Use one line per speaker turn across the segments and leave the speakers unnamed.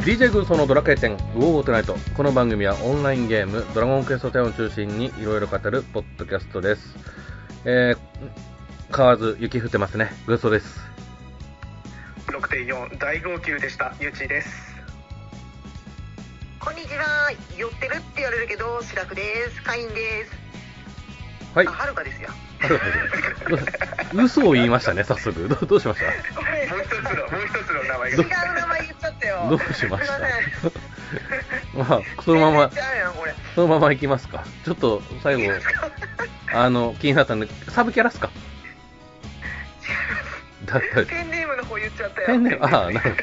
DJ 軍曹のドラクエ展ウォートナイトこの番組はオンラインゲームドラゴンクエスト10を中心にいろいろ語るポッドキャストですえー、変わらず雪降ってますね軍曹です
6.4大号泣でしたゆうちーです
こんにちは。寄ってるって言われるけど、白くです。カインです。
はい
あはるかですよ。
あるほど嘘を言いましたね早速どうどうしまし
ごめん
もう一つのもう一つの名前
違
が
う名前言っちゃったよ。
たど うしまし
すいま
たまあそのまま
せん。違うよこれ。
そのままいきますかちょっと最後あの気になったんでサブキャラっすかだだ
ペンネームの方言っちゃったよ。
ペンネーム ああなる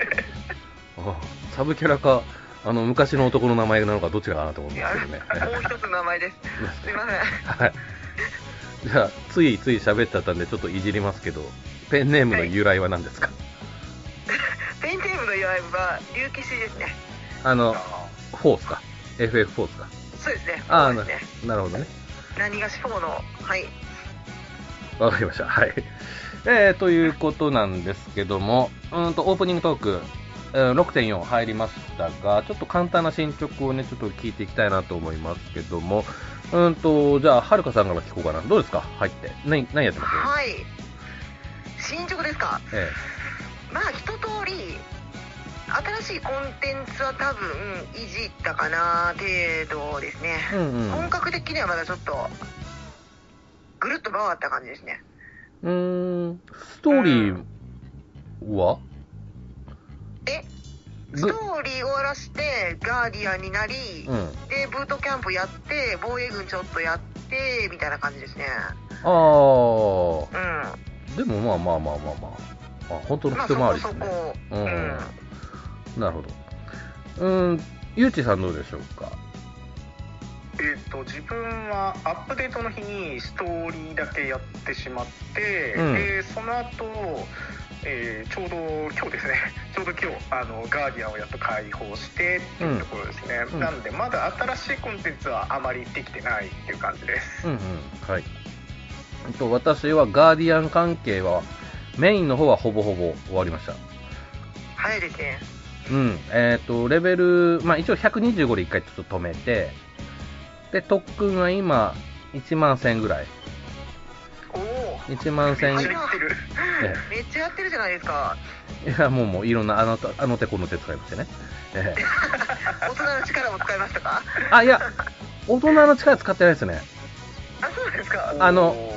ほどああサブキャラかあの昔の男の名前なのかどちらかなと思うん
い
で
や
すけどね
もう一つの名 前です。すいませ
はいじゃあついつい喋っちゃったんでちょっといじりますけどペンネームの由来は何ですか、
ん。ペンネームの由来は龍騎士ですね。
あの
あ
4っすか FF4 っすか
そうですね。
ああ
そう
な
ですね。
なるほどね
何がし4のはい。
わかりました。はい。えー、ということなんですけども、うーんと、オープニングトーク、えー6.4入りましたが、ちょっと簡単な進捗をね、ちょっと聞いていきたいなと思いますけども、うーんと、じゃあ、はるかさんから聞こうかな。どうですか入って。何、何やってます
はい。進捗ですか。
え
まあ一通り新しいコンテンツは多分いじったかな程度ですね、
えうんうん。
本格的にはまだちょっとぐるっと回った感じですね
うーん、ストーリーは、
え
ぐ
ストーリー終わらしてガーディアンになり、
うん。
でブートキャンプやって防衛軍ちょっとやってみたいな感じですね
あー、
うん
でもまあまあまあまあまあ。あ、本当の
まあ
一
そ
回
こ
りで
そ
すね。
こ
うん
うん
なるほど。うーん、ゆうちさんどうでしょうか
えっと自分はアップデートの日にストーリーだけやってしまって、
うん
でその後、えーちょうど今日ですね ちょうど今日あのガーディアンをやっと解放してっていうところですね、
うん
なんでまだ新しいコンテンツはあまりできてないっていう感じです、
うんうん、はい。えっと私はガーディアン関係は、メインの方はほぼほぼ終わりました。
早いですね
うん、えっ、と、レベル、まあ一応125で一回ちょっと止めて、で、特訓が今、1万1000ぐらい。
おお
1万
めっちゃ
1000、
言ってる
え
めっちゃやってるじゃないですか
えいや、もうもういろんなあのあの手この手使いましてね。ええ
大人の力も使いましたか
あ、いや、大人の力使ってないですね。
あそうですか
あの
おー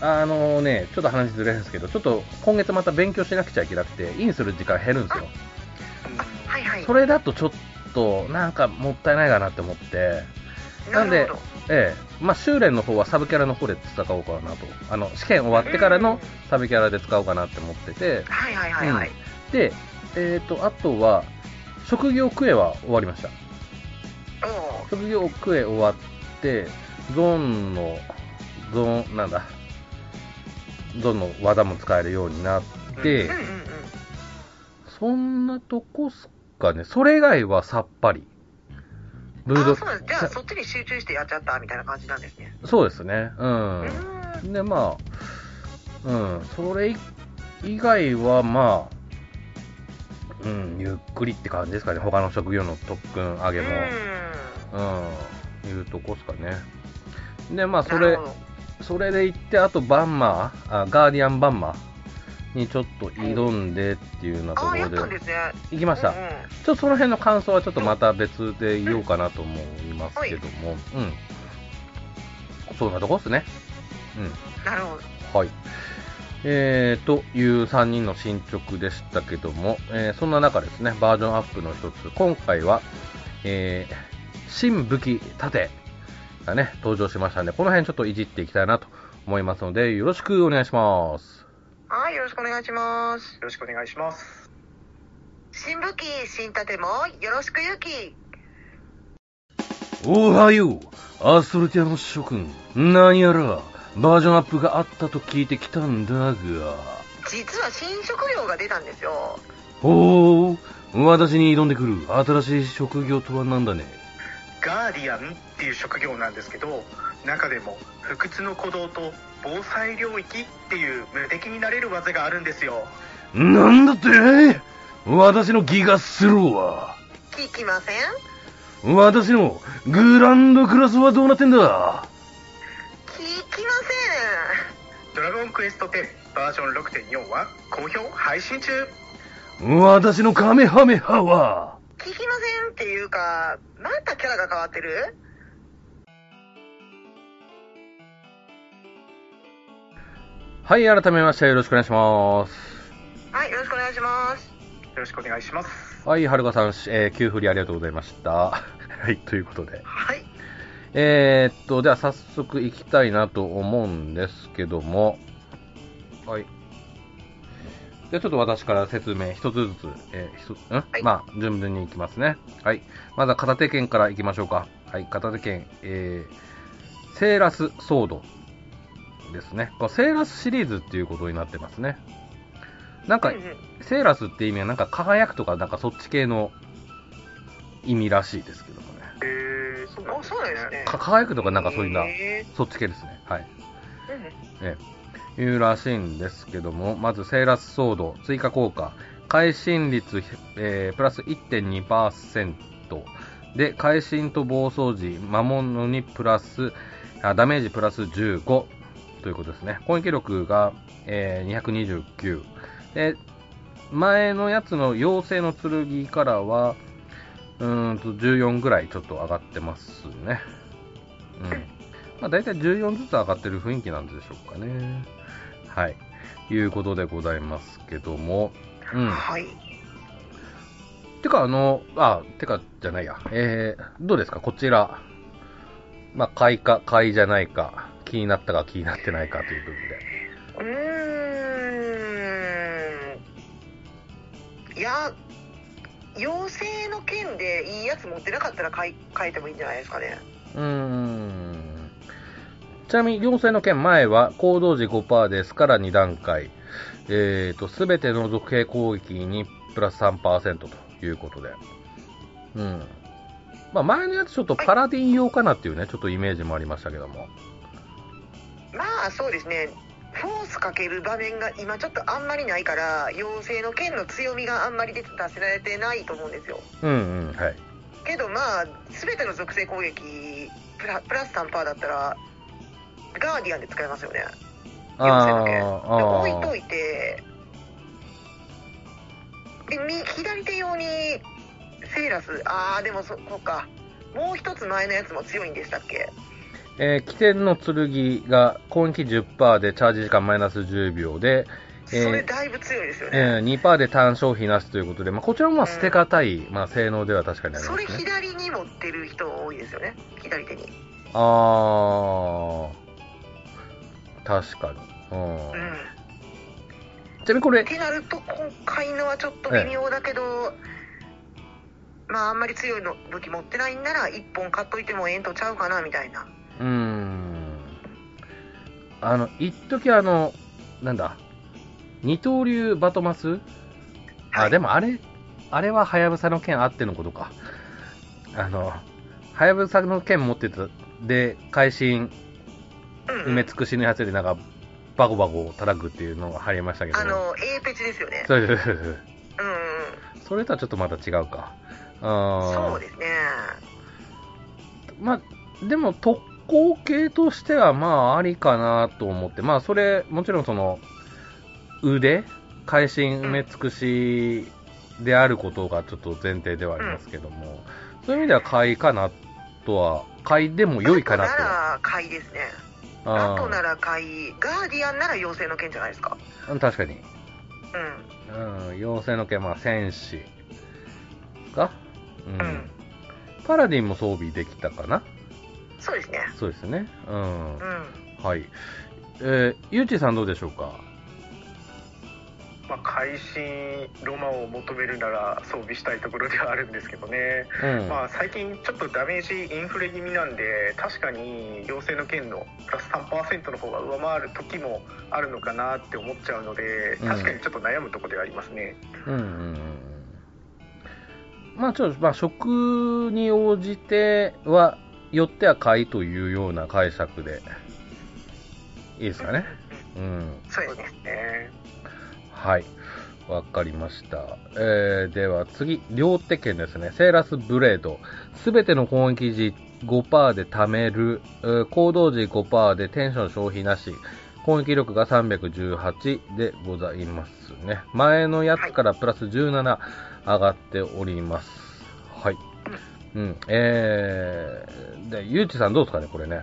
あのね、ちょっと話ずれるんですけど、ちょっと今月また勉強しなくちゃいけなくて、インする時間減るんですよ。
うん
はいはい
それだとちょっと、なんかもったいないかなって思って、なんで
るほど、
ええ、まあ、修練の方はサブキャラの方で使おうかなと。あの、試験終わってからのサブキャラで使おうかなって思ってて、
はいはいはいはい、
で、えっ、と、あとは、職業クエは終わりました。
おう
職業クエ終わって、ゾーンの、ゾーン、なんだ、ゾーンの技も使えるようになって、
うんうんうん
そんなとこっすかね。それ以外はさっぱり。ブ
あ
ード
そうなんですじゃあそっちに集中してやっちゃったみたいな感じなんですね
そうですね。う
うんー。ん
で、まあ、うん、それ以外は、まあ、うん、ゆっくりって感じですかね。他の職業の特訓上げも、うん、いうとこですかね。で、まあ、そ
なる
れ
ほ、ど
それで行って、あと、バンマーあ、ガーディアンバンマーにちょっと挑んでっていうようなと
あ
こ
あやった
ろ
ん
で、
ですね
行きました
うん。うん
ちょっとその辺の感想はちょっとまた別で言おうかなと思いますけども、うん。そんなとこっすね。うん。
なるほど
はい。えー、という3人の進捗でしたけども、えーそんな中ですね、バージョンアップの一つ、今回は、えー新武器盾がね、登場しましたんで、この辺ちょっといじっていきたいなと思いますので、よろしくお願いします。
はいよろしくお願いします
よろしくお願いします
新武器新建もよろしくゆき
おはよう、アストルティアの諸君。何やら、バージョンアップがあったと聞いてきたんだが、
実は新食料が出たんですよ
おお、私に挑んでくる新しい職業とはなんだね。
ガーディアンっていう職業なんですけど中でも不屈の鼓動と防災領域っていう無敵になれる技があるんですよ
なんだって私のギガスローは、
聞きません
私のグランドクラスはどうなってんだ
聞きませ
ドラゴンクエスト10バージョン6.4は好評配信中
私のカメハメハは、
ん聞きませんっていうかまたキャラが変わってる
はい、改めましてよろしくお願いします。
はいよろしくお願いします
よろしくお願いします
はい、はるかさん、えー、急振りありがとうございました。はい、ということで。
はい
えー、っと、じゃあ早速行きたいなと思うんですけども、はい。じゃあちょっと私から説明一つずつ、えー、一つ、ん、
い
まあ、順々に行きますね。はい。まずは片手剣から行きましょうか。はい、片手剣、えー、セーラスソードですね。このセーラスシリーズっていうことになってますね。なんか
うん、うん
セーラスって意味はなんか輝くとかなんかそっち系の意味らしいですけどもね。
えー、そうなん
あそうなんですね
か輝くとかなんかそういうな、
へ
そっち系ですね。はい。
ーうんうん
ええ。いうらしいんですけども、まずセーラスソード、追加効果、会心率、えー、プラス1.2%で、会心と暴走時、魔物にプラス、あダメージプラス15ということですね。攻撃力が、えー、229。で、前のやつの妖精の剣からは、うーんと14ぐらいちょっと上がってますね。うん。まあ大体14ずつ上がってる雰囲気なんでしょうかね。はい。いうことでございますけども。うん。
はい
てか、あの、あ、てか、じゃないや。えー、どうですかこちら。まあ、買いか、買いじゃないか、気になったか気になってないかという部分で。
うーんいや妖精の剣でいいやつ持ってなかったら買い変えてもいいんじゃないですかね
うーん。ちなみに、行政の件前は、行動時5%ですから2段階。えーと、すべての属性攻撃にプラス3%ということで。うん。まあ、前のやつちょっとパラディン用かなっていうね、ちょっとイメージもありましたけども。
まあそうですねフォースかける場面が今ちょっとあんまりないから妖精の剣の強みがあんまり出て出せられてないと思うんですよ
うんうん、はい。
けどまあ全ての属性攻撃プラプラス3%だったらガーディアンで使えますよね妖精の剣
あ
で
あ
置い
ー
といてで右左手用にセイラスああでもそこっかもう一つ前のやつも強いんでしたっけ
えー、起点の剣が攻撃10%でチャージ時間マイナス10秒で、
そ
えー
れだいぶ強いですよね、
えー、2%で単消費なしということで、まあ、こちらもまあ捨てがたい、まあ、性能では確かにあり
そ
ます
れ
ね。
左に持ってる人多いですよね左手に
あー、確かに。うん
うん
ちなみにこれ
っ、てなると今回のはちょっと微妙だけど、まああんまり強いの武器持ってないんなら1本買っといてもええんとちゃうかなみたいな
うーん、あの、一時あの、なんだ、二刀流バトマス
は
あ、
い
でもあれ、あれはハヤブサの剣あってのことか。あの、ハヤブサの剣持ってた、で、会心、
うん
埋め尽くしのやつでなんか、バコバコ叩くっていうのが入りましたけど。
あのエーペチですよね
そうですそうです そうです
うんうん
それとはちょっとまた違うか。あー
そうですね
まあ、でも特攻系としてはまあありかなと思って、まあそれ、もちろんその、腕、会心埋め尽くしであることがちょっと前提ではありますけども、そういう意味では買いかなとは、買いでも良いかなと
あとなら買いですね
は。
あとな
ら
ら買いガーディアンなら妖精の剣じゃないですか
確かに。
う
うん、妖精の剣、まあ戦士か、うん、
うん
パラディンも装備できたかなん
そうですね
そうですね。うん
う。ん
はい。えー、ゆうちさんどうでしょうか
まあ、会心ロマンを求めるなら装備したいところではあるんですけどね、
うん。
まあ、最近ちょっとダメージインフレ気味なんで確かに陽性の件のプラス3%の方が上回る時もあるのかなって思っちゃうので
うん
確かにちょっと悩むところではありますね、
うんうんうんまあちょっと、まあ食に応じては、よっては買いというような解釈で、いいですかね。うん。
そうですね
ね
はい。わかりました。えー、では次、両手剣ですね。セーラスブレード。すべての攻撃時5%で貯める。えー行動時5%でテンション消費なし。攻撃力が318でございますね。前のやつからプラス17上がっております。はい。うん。えー、で、ゆうちさんどうですかね、これね。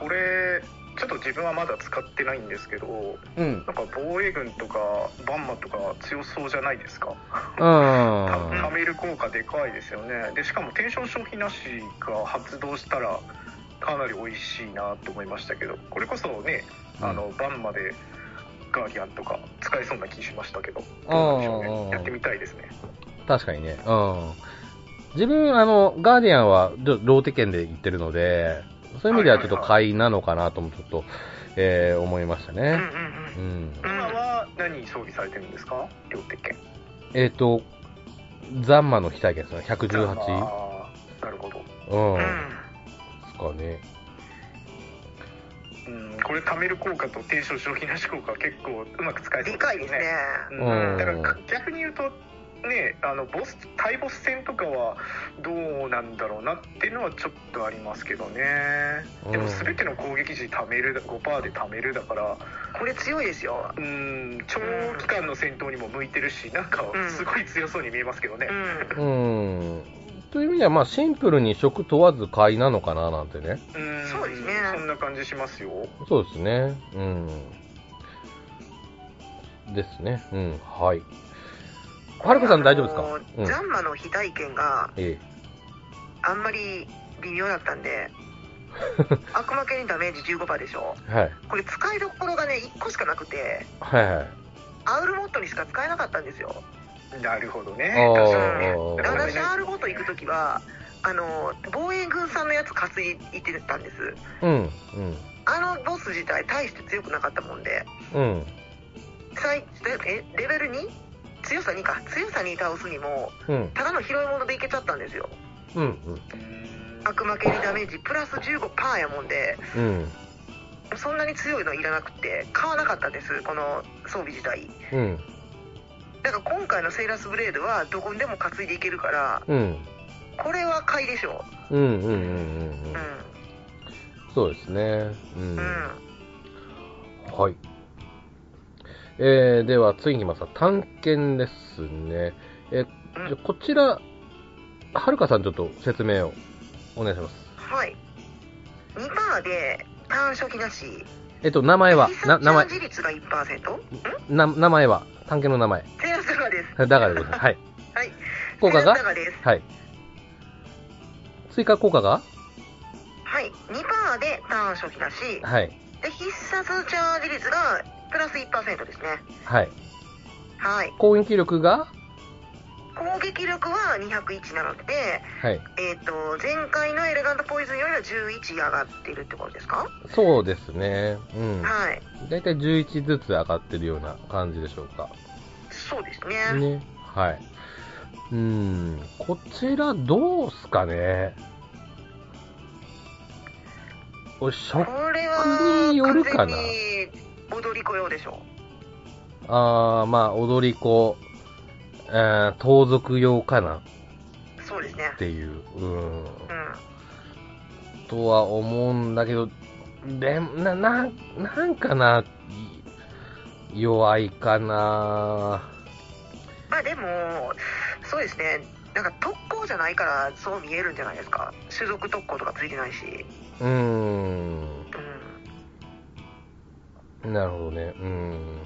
これちょっと自分はまだ使ってないんですけど
うん。
なんか防衛軍とかバンマとか強そうじゃないですかた貯
あ
める効果でかいですよねでしかもテンション消費なしが発動したらかなり美味しいなと思いましたけどこれこそねあの、バンマでガーディアンとか使えそうな気しましたけどどうなんでしょう
あ
ね
ー
やってみたいですね
確かにね。うん。自分、あの、ガーディアンは、ちょローテ券で行ってるので、そういう意味ではちょっと買いなのかなとも、ちょっと、えー思いました
うんう
ね。
ん
う
うん
ん。
今は何装備されてるんですか両手剣
えっ、と、ザンマの額ですね。118?
あーなるほど
うん。
うん
で。すかね。
うんこれ貯める効果とテンション消費なし効果は結構うまく使えそう
でかいですね。
うん
だからか逆に言うとねあのボス対ボス戦とかはどうなんだろうなっていうのはちょっとありますけどねで
う
も
ん
全ての攻撃時貯める5%で貯めるだから
これ強いですよ。
うん長期間の戦闘にも向いてるしなんか
うん
すごい強そうに見えますけどね
う、ん。
うん。という意味では、まあ、シンプルに食問わず買いなのかな、なんてね。
うん
そうですね
そんな感じしますよ
そうですね。うん。ですね。うん。はい。はるかさん大丈夫ですか
あのジ
う
ャンマの非体験が
ん。え
あんまり微妙だった んで、悪魔系にダメージ15%でしょ。
え。はい。
これ使いどころがね、1個しかなくて、
はいはい。
アウルモットにしか使えなかったんですよ。
なるほどね
あー
確かにね
おー
なるほどね
私、アウルモット行くときは、あの、防衛軍さんのやつ担い行ってたんです。
うん。
あのボス自体大して強くなかったもんで、
うん。うん。
最えレベル 2? 強さ2か。強さ2倒すにも、
うん。
ただの拾い物でいけちゃったんですよ。
うん。
うん
悪魔系にダメージプラス15%やもんで、
うん。
そんなに強いのいらなくて、買わなかったんです、この装備自体。
うん。
だから今回のセーラスブレードはどこにでも担いでいけるから、
うん。
これは買いでしょ
うん。うん。うん。うん
う。。
そうですね。うん
うん。う。ん。
はい。えー、では、次に行きますか。探検ですね。えー、じゃあこちら、はるかさんちょっと説明をお願いします。
はい。2%で単初期なし。
えっと、名前は、
必
な、
殺
名前
チャ、ージ率が 1%? ん
な、名前は、探検の名前。
セーラスガです。
だからでございます。はい。
はい。
効果が
セーラスガです。
はい。追加効果が
はい。2%で単初期なし。
はい。
で、必殺チャージ率がプラス1%ですね。
はい。
はい。
攻撃力が
攻撃力は201なので、
はい。
えっ、と、前回のエレガントポイズンよりは11上がってるってことですか、
そうですね。うん。
はい。
だいたい11ずつ上がってるような感じでしょうか。
そうですね。
ね。はい。うーん。こちらどうすかねおい、ショッ
これ
こ
は
れ、によるかな
完全に踊り子用でしょ
あー、まあ、踊り子、えー、盗賊用かな
う。そうですね
っ。ていう、うん、
うん。
とは思うんだけど、で、な、な、なんかな、い弱いかな
まあでも、そうですね。なんか特攻じゃないからそう見えるんじゃないですか。種族特攻とかついてないし。
うーん。
う
なるほどね。うん。
ん。うん。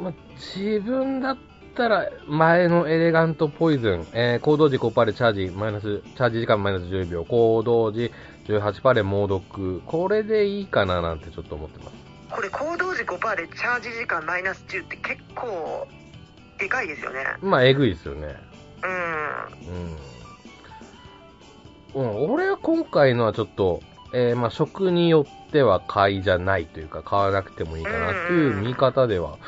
まあ、自分だったら、前のエレガントポイズン、えー行動時5%でチャージ、マイナス、チャージ時間マイナス10秒、行動時18%で猛毒。これでいいかななんてちょっと思ってます。
これ行動時5%でチャージ時間マイナス10って結構でかいですよね。
まあ、えぐいですよね。
うん。
うん。うん、俺は今回のはちょっと、えーまあ、食によっては買いじゃないというか、買わなくてもいいかなっていう見方では、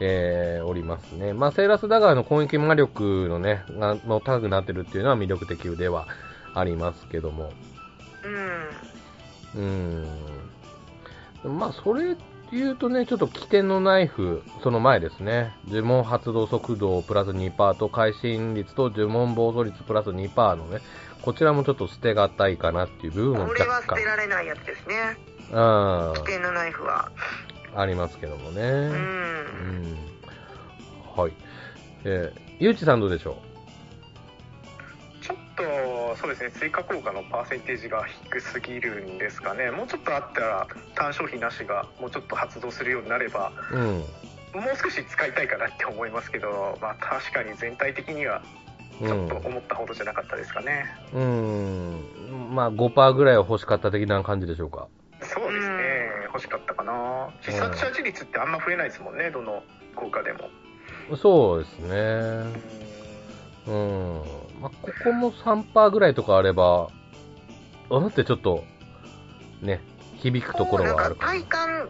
えーおりますね。まあ、セーラスダガーの攻撃魔力のね、がの高くなってるっていうのは魅力的ではありますけども。
うん。
うーん。まあ、それ言うとね、ちょっと起点のナイフ、その前ですね、呪文発動速度プラス2%と、会心率と呪文暴走率プラス2%のね、こちらもちょっと捨てがたいかなっていう部分も
これは
若
捨て
干、
られないやつですね
うん
起、点のナイフは
ありますけどもね。
うん、
うんはい。えー、ゆうちさんどうでしょ
ちょっとそうですね追加効果のパーセンテージが低すぎるんですかねもうちょっとあったら単消費なしがもうちょっと発動するようになれば
ううん。
もう少し使いたいかなって思いますけど、まあ、確かに全体的にはちょっと思ったほどじゃなかったですかね、
うん。うん。まあ、5%ぐらいは欲しかった的な感じでしょうか。
そうですね欲しかったかな必殺者自率ってあんま増えないですもんねどの効果でも
そうですね。うん。まあ、ここも3%ぐらいとかあれば、あなってちょっと、ね、響くところはある
こう
か
なん
な。
か体感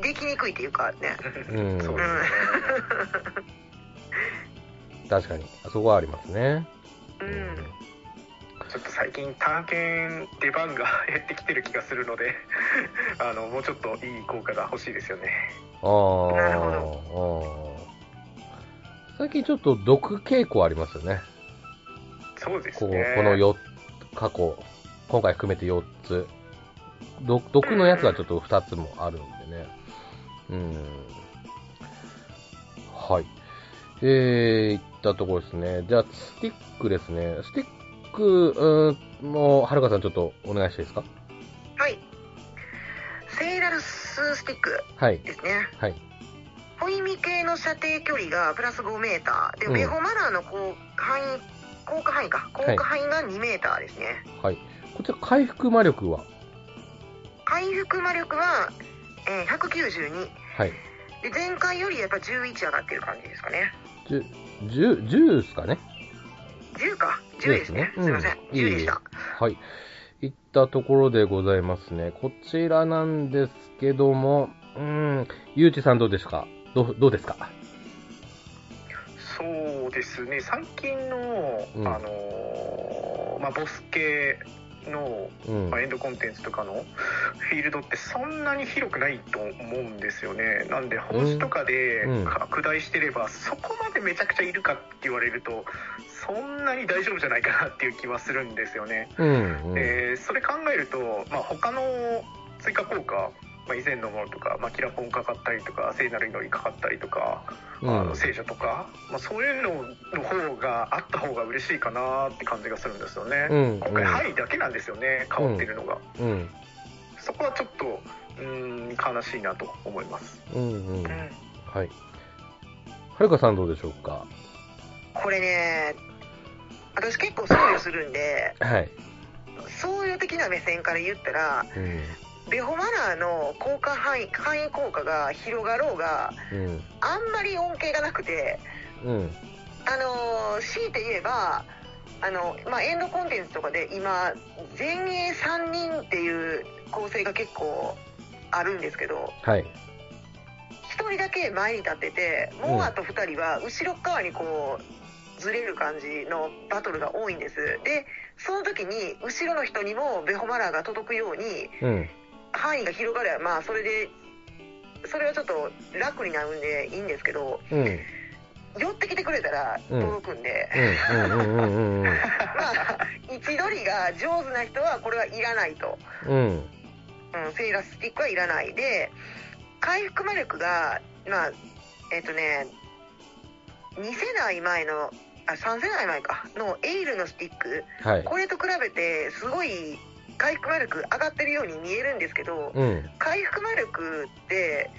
でできにくいっていうかね
うん
そうですね
確かに。あそこはありますね。
う
うん
ちょっと最近探検出番が減ってきてる気がするので あのもうちょっといい効果が欲しいですよね
ああ。
なる
あー最近ちょっと毒傾向ありますよね。
そうです
こう
ね
この4過去、今回含めて4つ、ど毒のやつはちょっと2つもあるんでね。うん。はい。えー、いったところですね。じゃあ、スティックですね。スティック、うーん、もう、はるかさんちょっとお願いしていいですか
はいセイラルススティック
はい。
ですね
はい。
ホイミ系の射程距離がプラス5メーターで、
うん
ベホマナーの効果範囲効果範囲か効
い
果範囲が2メーターですね、
はい。こちら、回復魔力は
回復魔力は、えー192
はい。
で前回よりやっぱ11上がってる感じですかね
10、10、10ですかね
10か10ですね
ですねうん
すいません
いい
10でした
はい。いったところでございますね。こちらなんですけども、うーん、ゆうちさんどうですかどうどうですか
そうですね最近の、
うん
あのーまあ、ボス系の、
うん
まあ、。エンドコンテンツとかのフィールドってそんなに広くないと思うんですよねなんで放置とかで
うん
拡大してれば、そこまでめちゃくちゃいるかって言われるとそんなに大丈夫じゃないかなっていう気はするんですよね、
うん。うん
でそれ考えると、まあ、他の追加効果まあ以前のものとか、まあ、キラポンかかったりとか聖なる祈りかかったりとか、あ
う
の
ん
聖書とか、まあ、そういうのの方があった方が嬉しいかなって感じがするんですよね、
うん
今回「はい」だけなんですよね変わってるのが、
うん。
そこはちょっとうーん悲しいなと思います
うん。うん。
うん
はい。はるかさんどうでしょうか
これね私結構送料するんで
はい。
送料的な目線から言ったら
うん。
ベホマナーの効果範囲範囲効果が広がろうがあんまり恩恵がなくて
うん。うん。
あのー強いて言えばあの、まあ、エンドコンテンツとかで今前衛3人っていう構成が結構あるんですけど
はい。
1人だけ前に立っててもうあと2人は後ろっ側にこうずれる感じのバトルが多いんですでその時に後ろの人にもベホマラーが届くように
うん。
範囲が広がればまあそれでそれはちょっと楽になるんでいいんですけど
うん。うん。
寄ってきてくれたら届くんで。
うん。うん。うん。うん
まあ、 位置取りが上手な人はこれはいらないと、
うん。
うん、セイラスティックはいらないで回復魔力がまあえっ、とね2世代前のあ3世代前かのエイルのスティック
はい。
これと比べてすごい回復魔力上がってるように見えるんですけど
うん。
回復魔力って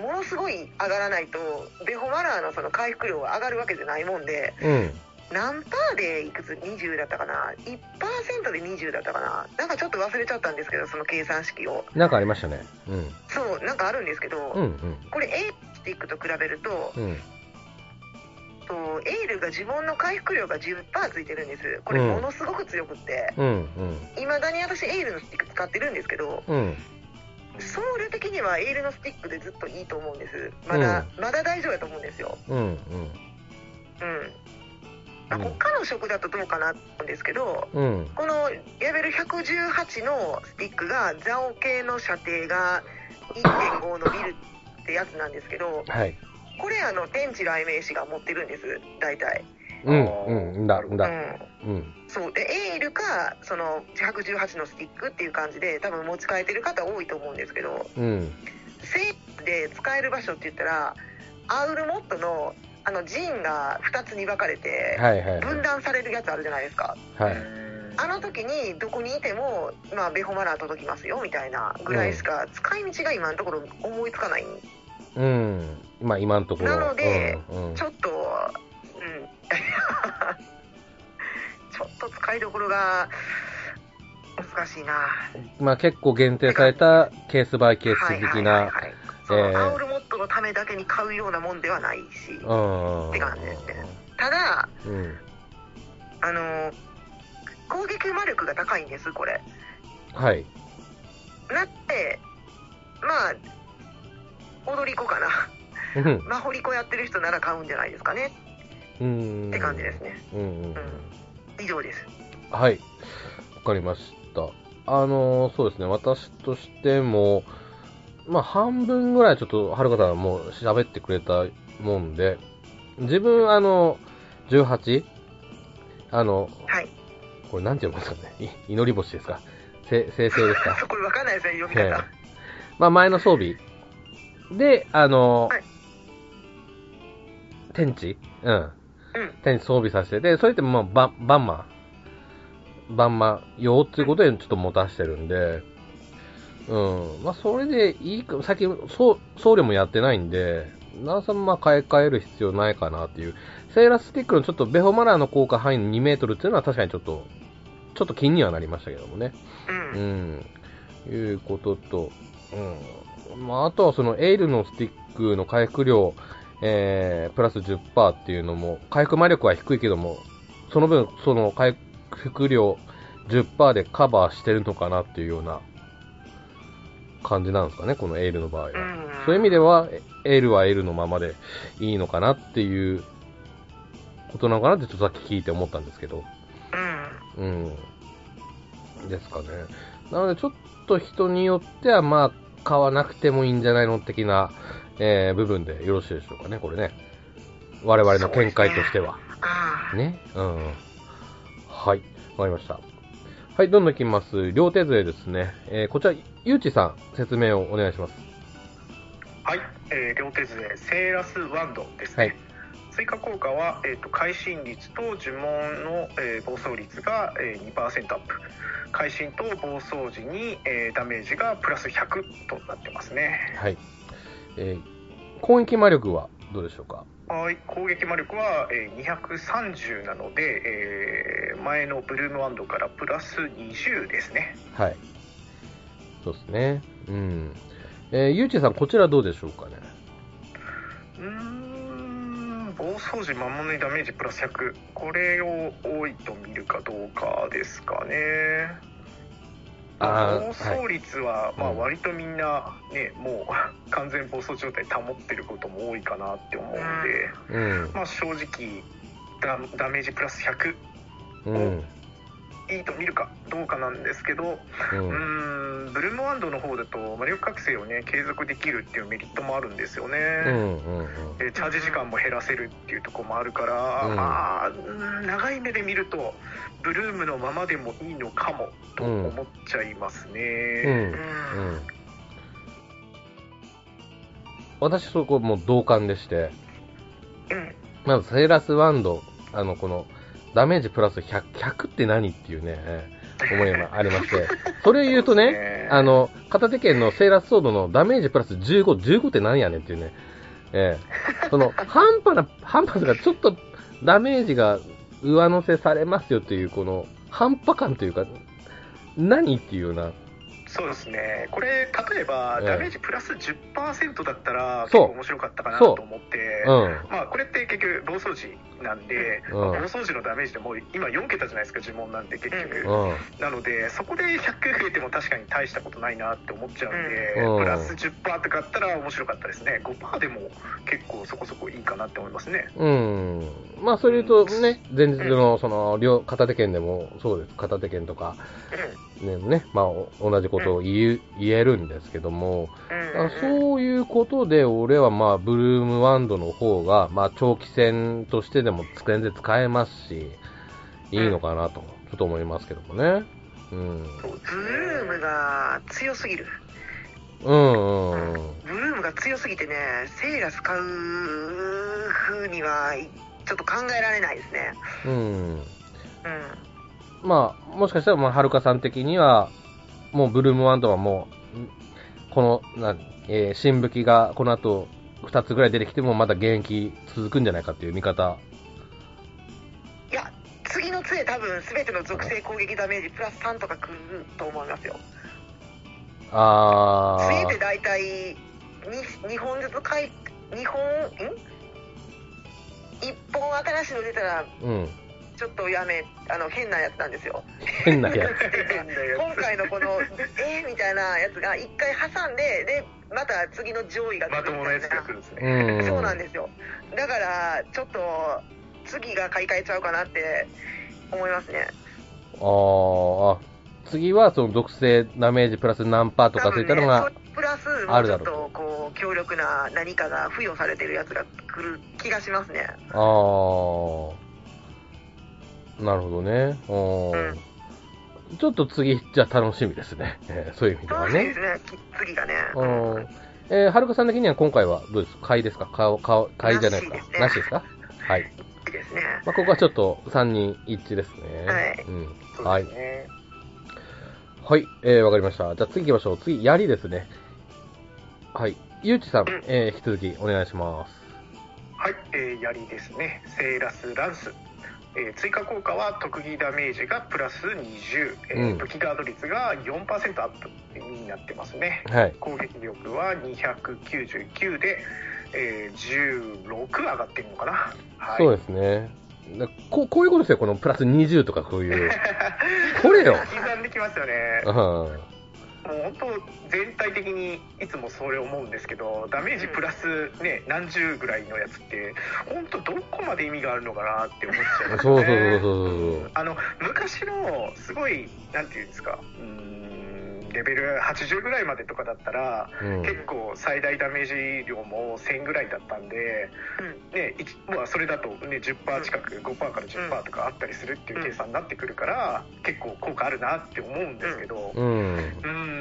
ものすごい上がらないとベホマラーのその回復量が上がるわけじゃないもんで
うん。
何パーでいくつ20だったかな1%で20だったかななんかちょっと忘れちゃったんですけどその計算式を
なんかありましたね。うん。
そうなんかあるんですけど、
うん。
これエイルスティックと比べると,、
うん。うん。
とエイルが自分の回復量が10%ついてるんですこれ
うん
ものすごく強くって
うん。
いま、未だに私エイルのスティック使ってるんですけど
うん。うん。
ソウル的にはエイルのスティックでずっといいと思うんですまだ、まだ大丈夫だと思うんですよ
うん。
うんあ
うん
他の職だとどうかなと思うんですけど、
うん。
このレベル118のスティックがザオ系の射程が1.5のビルってやつなんですけど
はい。
これあの天地雷鳴士が持ってるんです大体、
うん、うん、だ、
う
だ。
ん、
うん。
そうでエールかその118のスティックっていう感じで多分持ち替えてる方多いと思うんですけど
うん。
セールで使える場所って言ったらアウルモットのあのジーンが2つに分かれて
はいはい
分
は
断されるやつあるじゃないですか
い。は
う
い。
ん
あの時にどこにいても、まあ、ベホマラー届きますよみたいなぐらいしか使い道が今のところ思いつかない
うん。まあ今のところ。
なので
うん、うん
ちょっとうん ちょっと使いどころが難しいな
まあ結構限定されたケースバイケー
はい
ス
はい
的
はい
な。
はいその
えー
アウルモットのためだけに買うようなもんではないし
うん。
って感じですねただ
うん。
あのー攻撃魔力が高いんですこれ
はい。
なってまあ踊り子かな
うん
マホリコやってる人なら買うんじゃないですかね
うん。
って感じです。ね
うんうん。
以上です
はい。わかりました。あのーそうですね、私としても、まあ半分ぐらいちょっと、はるかさんはもう喋ってくれたもんで、自分、あの、18? あの、
はい
これなんて読むんですかねい祈り星ですかせ聖聖ですか
そこれ分かんないですね読み
ええ
方
まあ前の装備で、あの、
はい
天地うん。
うん
天地装備させて、で、それってまあ、バンバンマン、バンマン用っていうことでちょっと持たしてるんで、うん、まあそれでいいか、最近そう僧侶もやってないんで、なおさんまあ買い替える必要ないかなっていう、セーラースティックのちょっとベホマラーの効果範囲の2メートルっていうのは確かにちょっと、ちょっと気にはなりましたけどもね。
うん
う、ん、いうことと、うんまあ、あとはそのエイルのスティックの回復量、えー、プラス10%っていうのも、回復魔力は低いけども、その分、その回復量10%でカバーしてるのかなっていうような感じなんですかね、このエイルの場合は。
うん
そういう意味では、エールはエールのままでいいのかなっていうことなのかなって、ちょっとさっき聞いて思ったんですけど。
うん
うん。ですかね。なので、ちょっと人によっては、まあ、買わなくてもいいんじゃないの的な、えー部分でよろしいでしょうかね、これね。我々の見解としては。
ああ
ね。うん。はい。わかりました。はい、どんどんいきます。両手杖ですね。えーこちら、ゆうちさん、説明をお願いします。
はい、えー両手杖セーラスワンドですね、
はい
追加効果は、えー、と会心率と呪文の、えー暴走率が、えー2%アップ会心と暴走時に、えーダメージがプラス100となってますね
はい。えー攻撃魔力はどうでしょうか
はい攻撃魔力は、えー230なので、えー前のブルームワンドからプラス20ですね
はい。そうですね。うん。えーゆうちさん、こちらどうでしょうかね。
うーん暴走時魔物にダメージプラス100これを多いと見るかどうかですかね
あ
暴
ーはい
走率は、まあ
うん
割とみんなねもう完全暴走状態保ってることも多いかなって思うんで、
うん。
まあ正直ダダメージプラス100
うん。
いいと見るかどうかなんですけど
う。
うんーんブルームワンドの方だと魔力覚醒をね継続できるっていうメリットもあるんですよね、
うん。うん。
でチャージ時間も減らせるっていうところもあるから、
うん
まあうん長い目で見るとブルームのままでもいいのかもと思っちゃいます
う
ね、
ん。う
うん
ん。私、そこもう同感でして、
うん
まず、セーラスワンド、あの、この、ダメージプラス100、100って何っていうね、思いがありまして、それを言うと
そう
ね、
ですね
あの、片手剣のセーラスソードのダメージプラス15、15って何やねんっていうね。ええその、半端な、半端な、ちょっとダメージが上乗せされますよっていう、この、半端感というか、何っていうような。
そうですねこれ例えば
ええ
ダメージプラス10%だったら結
そう
構面白かったかなと思って、
うん。
まあこれって結局暴走時なんで、
うん
まあ暴走時のダメージでもう今4桁じゃないですか呪文なんて結局、
うん。
なのでそこで100増えても確かに大したことないなって思っちゃうんで、
うん
プラス10%とかあったら面白かったですね5%でも結構そこそこいいかなって思いますね
うん。まあ、それ言うとね、前日の、その、両、片手剣でも、そうです。片手剣とか、ね、ね、まあ、お同じことと言う言えるんですけども、だから
うん
そういうことで、俺はまあ、ブルームワンドの方が、まあ、長期戦としてでも全然使えますし、いいのかなと、ちょっと思いますけどもね。うん。
そうです
ブ
ね
ルームが強すぎる
うんうんうん。
ブルームが強すぎてねセイラ使う風にはいちょっと考えられないですね
うん。
うん
まあ、もしかしたら、まあ、はるかさん的には、もうブルームワンドはもう、んこの、な、えー新武器がこの後、二つぐらい出てきても、まだ現役続くんじゃないかっていう見方。
いや次の杖多分全ての属性攻撃ダメージプラス3とかくると思いますよ
あ
杖って
ー。
大体 2, 2本ずつ回2本ん1本新しいの出たら
うん。
ちょっとやめあの変なやつなんですよ
変なやつ。
変なやつ
今回のこのえーみたいなやつが1回挟んででまた次の上位が
ま
来
と
る
も
み
なや
たい
つ
な
が来るんですね、
うん。
そうなんですよだからちょっと次が買い替えちゃうかなって思いますね
あーあ。次は、その、属性ダメージプラス何パーとかついたの
多
が
分、ねそれプラスも
あ
う
る
ち
だ
ょっ
ろ
とこう強力な何かが付与されてるやつが来る気がしますね
ああ。なるほどね。おーちょっと次、じゃあ楽しみですね。 えーそういう意味では
楽しみですねき次がね
うんえー、はるかさん的には今回はどうですか買いですか買お買お買いじゃないですか
なしですね
なしですかはい。
いいですね
まあ、ここはちょっと3人一致ですね。
はい
うん。
そう
は
で
い
す。ね
はい。えー、わかりました。じゃあ次行きましょう。次、槍ですね。はい。ゆうちさん
うん、
えー、引き続きお願いします。
はい、えー、槍ですね。セーラスランス。えー追加効果は特技ダメージがプラス20、えー
うん
武器ガード率が4%アップになってますね。
はい。
攻撃力は299で、えー16上がってるのかな。はい、
そうですね。だここういうことですよ。このプラス20とかこう いう。これよ。
刻んできますよね。
うん。
もう本当全体的にいつもそれ思うんですけど、ダメージプラスね何十ぐらいのやつって本当どこまで意味があるのかなって思っちゃいます
そうそう
よね。
そうそうそう。
あの昔のすごいなんていうんですかうーんレベル80ぐらいまでとかだったら、
うん。
結構最大ダメージ量も1000ぐらいだったんで、ねいきまあ、それだと、ね、10%近く5%から10%とかあったりするっていう計算になってくるから結構効果あるなって思うんですけど。
うん。
うーん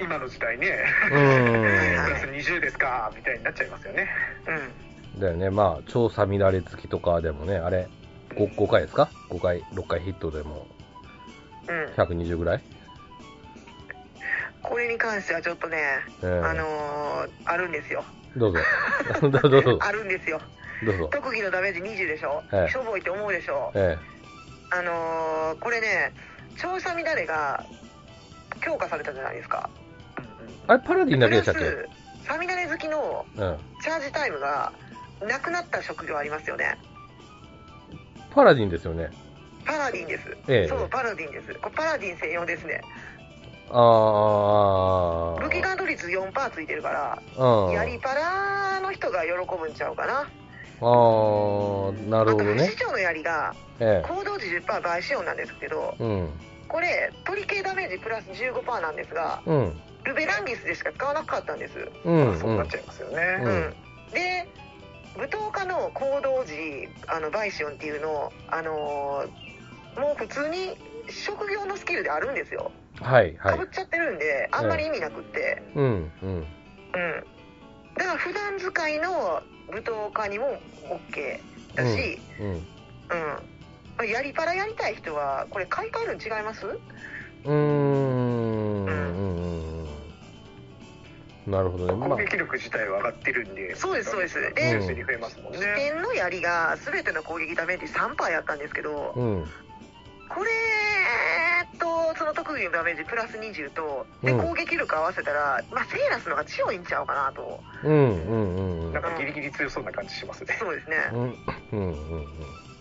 今の時代ね、プ
うん。
ラス20ですかみたいになっちゃいますよね。
うん
だよね、まあ、調査乱れ付きとかでもね、あれ、5, 5回ですか ?5 回、6回ヒットでも
うんうん
120ぐらい、
これに関してはちょっとね
えー
あのーあるんですよ
どうぞ。 どうぞ、どうぞ、
あるんですよ
どうぞ。
特技のダメージ20でしょ、
はい
しょぼいって思うでしょ
え
あのーこれね調査乱れが強化されたじゃないですか
えあれ、パラディンだけでしたっけ
プラスサミダレ好きの
うん。
チャージタイムがなくなった職業ありますよね
パラディンですよね。
パラディンです、
ええ
そうパラディンですこれパラディン専用ですね
あー。
武器ガード率4%ついてるから
うん。
やりパラの人が喜ぶんちゃうかな
あー、なるほど
あと不
ね
死。鳥のやりが
え
行動時10%倍使用なんですけど
えうん。
これトリケイダメージプラス15%なんですが
うん。
ルベランギスでしか使わなかったんです
うん。
そううんなっちゃいますよね。
う
うんん、で舞踏家の行動時あのバイシオンっていうのをあのーもう普通に職業のスキルであるんですよ
はい、は
か
い
ぶっ。ちゃってるんで、あんまり意味なくって、
うん、うん。
うんだから普段使いの舞踏家にも OK だし、
うん。
うんまあやりパラやりたい人はこれ買い替えるの違います
うーん。うん。うんなるほどね。ま
攻
あ、
撃力自体は上がってるんで、
そうですそうです
で、
で
うん、に増えますもんね
起。点の槍が全ての攻撃ダメージ3%やったんですけど、
うん。
これとその特技のダメージプラス20とで
うん
攻撃力合わせたら、まあ、セイラスの方が強いんちゃうかなと
うん、うん、うんうん
なん。かギリギリ強そうな感じしますね。
そうですね、
うん、うん、うん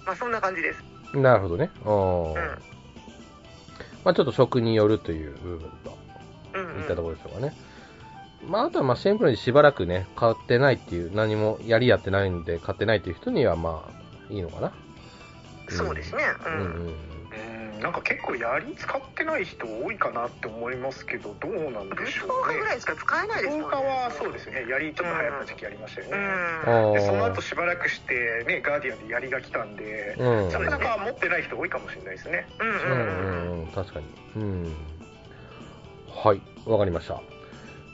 まあ、そんな感じです、
うん。なるほどね。あー
う
まあちょっと食によるという部分と
んうんう
い
ん、
ったところでしょうかね。まああとはまあシンプルにしばらくね、買ってないっていう、何もやりやってないんで買ってないっていう人にはまあいいのかな。
そうですね、う
うんん、うん。
うんうんなんか結構槍使ってない人多いかなって思いますけどどうなんで
武
しょ
装
う
家ぐら
ね
いしか使えないですもん
動
ね
画はそうですね槍ちょっと流行った時期ありましたよ
う
ね、
ん
でその後しばらくしてねガーディアンで槍が来たんで
うん
なかなか持ってない人多いかもしれないですね
うん
う
うんう
ん
ん
うんうん、確かに。うん。はい、わかりました。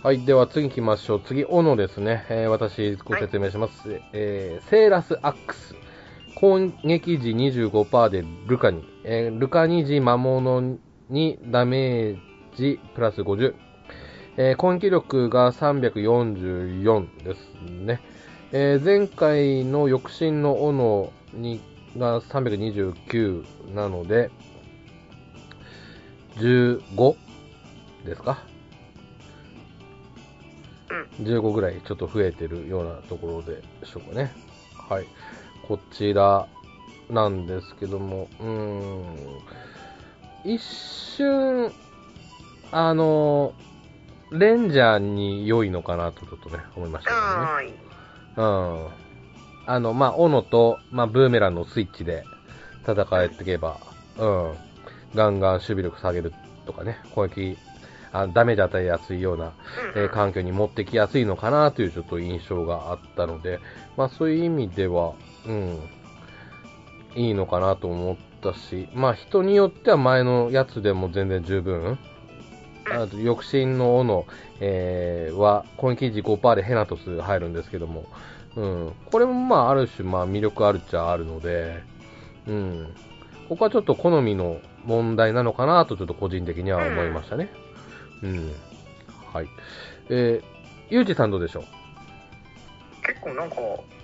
はい、では次行きましょう。次、斧ですね。えー私、ご説明します。えーセーラスアックス。攻撃時25%でルカに。えールカに時魔物にダメージプラス50。えー攻撃力が344ですね。えー前回の抑止の斧にが329なので、15ですか、?15 ぐらいちょっと増えてるようなところでしょうかね。はい。こちらなんですけども、うーん。一瞬、あの、レンジャーに良いのかなとちょっとね、思いましたけどね。
はい
うん。あの、まあ、斧と、まあ、ブーメランのスイッチで戦えていけば、うん。ガンガン守備力下げるとかね、攻撃、あダメージ与えやすいような、
うん
えー環境に持ってきやすいのかなというちょっと印象があったので、まあ、そういう意味では、うん。いいのかなと思ったし、まあ、人によっては前のやつでも全然十分。あと、抑進の斧、えーは、攻撃時5%でヘナトス入るんですけども、うん。これもまあ、ある種、まあ、魅力あるっちゃあるので、うん。ここはちょっと好みの問題なのかなと、ちょっと個人的には思いましたね。うん。はい。えー、ゆうじさんどうでしょう
結構なんか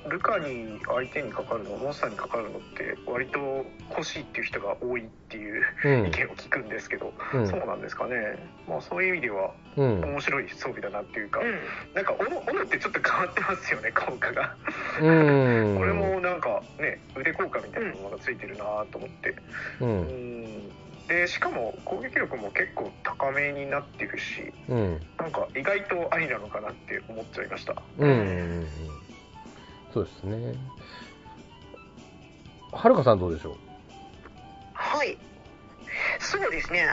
ルカに相手にかかるのモンスターにかかるのって割と欲しいっていう人が多いっていう
うん
意。見を聞くんですけど、
うん
そうなんですかね、まあ、 そういう意味では
うん。
面白い装備だなっていうか、
うん
なんか斧斧ってちょっと変わってますよね効果が、
うん。
これもなんかね腕効果みたいなものがついてるなと思って、
う。
うんん、でしかも攻撃力も結構高めになってるし
うん。
なんか意外とありなのかなって思っちゃいました
うんうんうん。そうですね。はるかさんどうでしょ
はい。そうですね。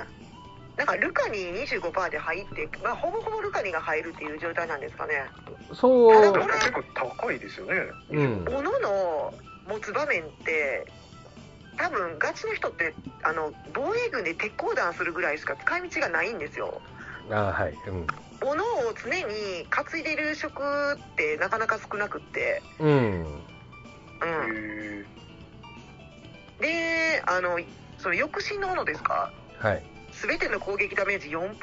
なんかルカに25%で入って、まあ、ほぼほぼルカにが入るっていう状態なんですかね。
うそ
た
う
だ
なん。か結構高いですよね
うん。
斧の持つ場面って、多分ガチの人ってあの防衛軍で鉄鋼弾するぐらいしか使い道がないんですよ。
あはい。うん。
斧を常に担いでる職ってなかなか少なくって。
うん。
うん、
へ
で、あの、その抑止の斧ですか
はい。
全ての攻撃ダメージ4%
うん。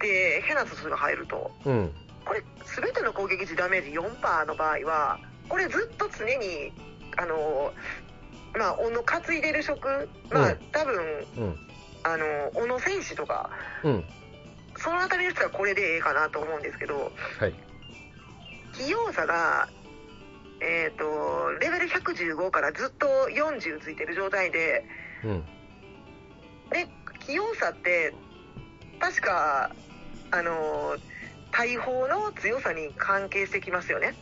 でヘナトスが入ると。
うん。
これ全ての攻撃時ダメージ4%の場合はこれずっと常にあのまあ斧担いでる職ま
う
あ
ん
多分
うん。
あの斧戦士とか
うん。
その辺りの人はこれでええかなと思うんですけど
はい。
器用さがえっ、とレベル115からずっと40ついてる状態で
うん。
で器用さって確かあの大砲の強さに関係してきますよね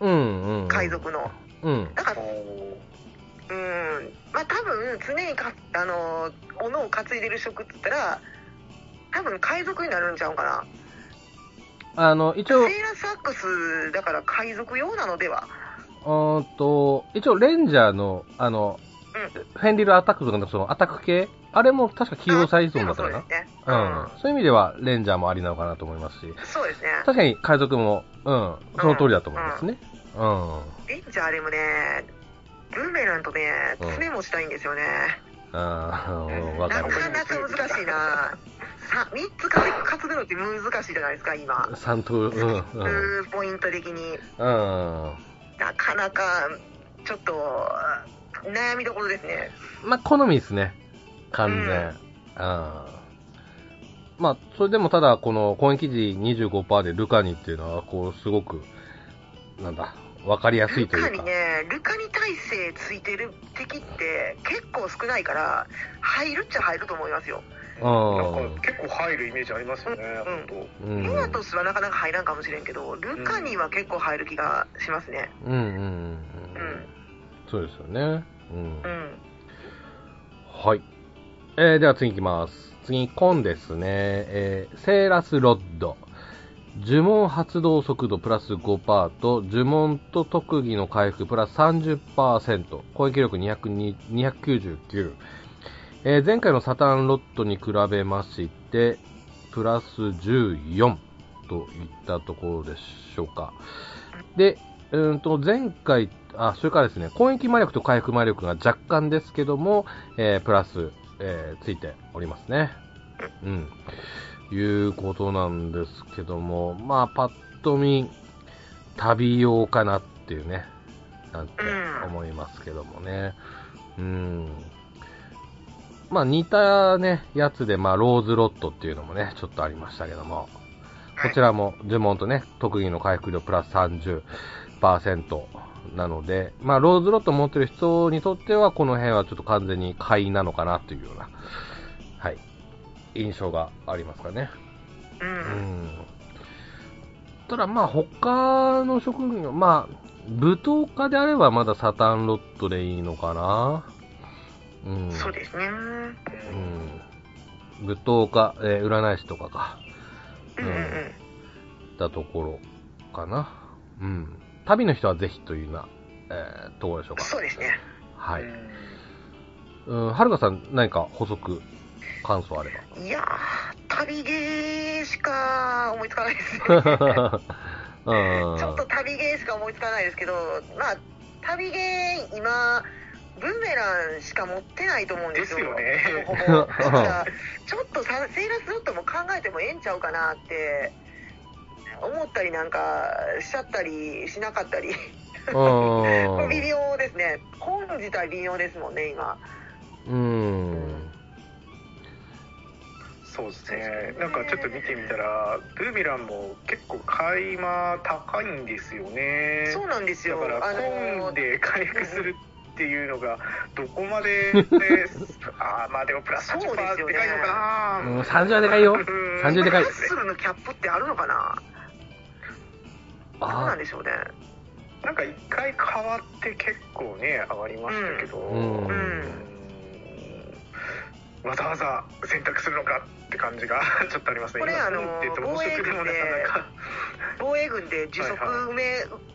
うん。うん。
海。賊の。
うん。
だから
ーお
うんまあ多分常にかあのー斧を担いでる職って言ったら多分海賊になるんちゃうかな
あの、一
セー
応、
ラスアックスだから海賊用なのでは
うーんと、一応、レンジャーの、あの、フェンリルアタックとかの、その、アタック系、あれも確か起用されそうだったか
あでも
な。うん。そういう意味では、レンジャーもありなのかなと思いますし、
そうですねうんそう
確かに海賊も、うん、その通りだと思いますね。うん。
ですねレンジャーでもねブーメランとね
うん
爪持ちたいんですよね、
あー、わ
な
かる。
かなか難しいなさ3つ担ぐのって難しいじゃないですか今
三刀、うん、
う
うん。
ーポイント的に
うん。
なかなかちょっと悩みどころですね
まあ、好みですね。完全。うん。まあ、それでもただ、この攻撃時25%でルカニっていうのは、こう、すごく、なんだ、わかりやすい
ル
とい
カ
うか。
にね、ルカに体制ついてる敵って結構少ないから、入るっちゃ入ると思いますよ。
ー
うん
なんか結構入るイメージありますよね、
うん
本
う
ヘ
ん。
ナトスはなかなか入らんかもしれんけど、ルカには結構入る気がしますね。
うんうんうんうん
うん
そうですよね。うん
う。ん。
はい。えー、では次行きます。次、コンですね。えー、セーラスロッド。呪文発動速度プラス5%と、呪文と特技の回復プラス30%、攻撃力202 299。えー前回のサタンロットに比べまして、プラス14といったところでしょうか。で、うーんと、前回、あ、それからですね、攻撃魔力と回復魔力が若干ですけども、えープラス、えーついておりますね。うん。いうことなんですけども、まあ、パッと見、旅用かなっていうね、なんて思いますけどもね。うん。まあ、似たね、やつで、まあ、ローズロットっていうのもね、ちょっとありましたけども。こちらも呪文とね、特技の回復量プラス30%なので、まあ、ローズロット持ってる人にとっては、この辺はちょっと完全に買いなのかなというような、はい、印象がありますかね。
う
うんん。ただ、まあ、他の職業、まあ、舞踏家であればまだサタンロットでいいのかな。うん。
そうですね。う
う
ん
ん。舞踏家、えー占い師とかか。
うんうん。
ったところかな。うん。旅の人はぜひというような、えーところでしょうか。
そうですね。
はい。
うん
うん、はるかさん、何か補足、感想あれ
いやー、旅ゲーしか思いつかないですね。
ば。 うん。
ちょっと旅ゲーしか思いつかないですけど、まあ、旅ゲー、今、ブーメランしか持ってないと思うんですよ。
ですよね
ほぼほぼ。だから、ちょっとさセーラスロットも考えてもええんちゃうかなって、思ったりなんかしちゃったりしなかったり、
う
微妙ですね。本自体微妙ですもんね、今。
ん。
そうですねなんかちょっと見てみたらブーメランも結構買い間高いんですよね
そうなんです
だ
よ。
から
あの
コンで回復するっていうのがどこまでああまあでもプラス30%
そうですよね
でかいのか
うん。
な、
30はでかいよ。
うん
30でかい
ハッスルのキャップってあるのかなどうな
あ
んでしょうね。
なんか一回変わって結構ね上がりましたけど、
あ。うん。
う
うん
ん
わざわざ選択するのかって感じが ちょっとありますね
これ
今
あのー
うんって言っても無職でもなかなか
防衛軍で時速埋め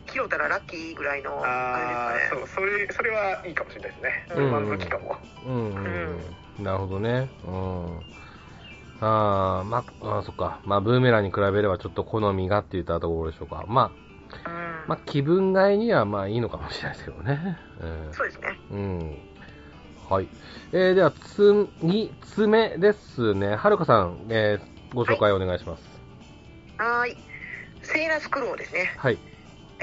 切ろたらラッキーぐらいのあ
あ
れで
あ
すか
ーそ
ね。
うそれそれはいいかもしれないですね、
うん
満足かも
うん。うん。なるほどね。うん。あーまあ、そっか。まあ、ブーメランに比べればちょっと好みがって言ったところでしょうか。まあ、
うん
まあ、気分外にはまあいいのかもしれないですけどね。
そうですね。
うん。うんはい。えー、では、つ、に、爪ですね。はるかさん、えー、ご紹介お願いします。
はーい。セーラスクローですね。
はい。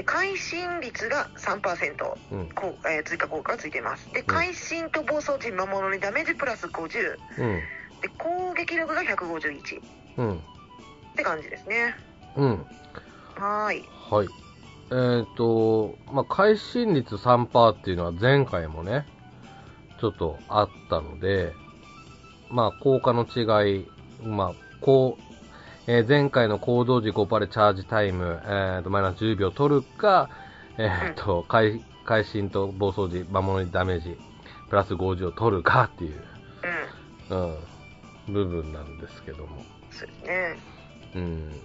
会心率が3%
うん。
こう、えー追加効果がついてます。で、会心と暴走時魔物にダメージプラス50。
うん。
で、攻撃力が151っ
うん。
て感じですね。
うん。
はーい。
はい。えー、と、まあ、会心率3%っていうのは前回もね、ちょっとあったので、まあ、効果の違い、まあ、こう、えー前回の行動時5%でチャージタイム、えー、と、マイナス10秒取るか、えー、と、会、会心と暴走時、魔物にダメージ、プラス50を取るかっていう、
う
うん、部分なんですけども。
ん。そうですね。
うん。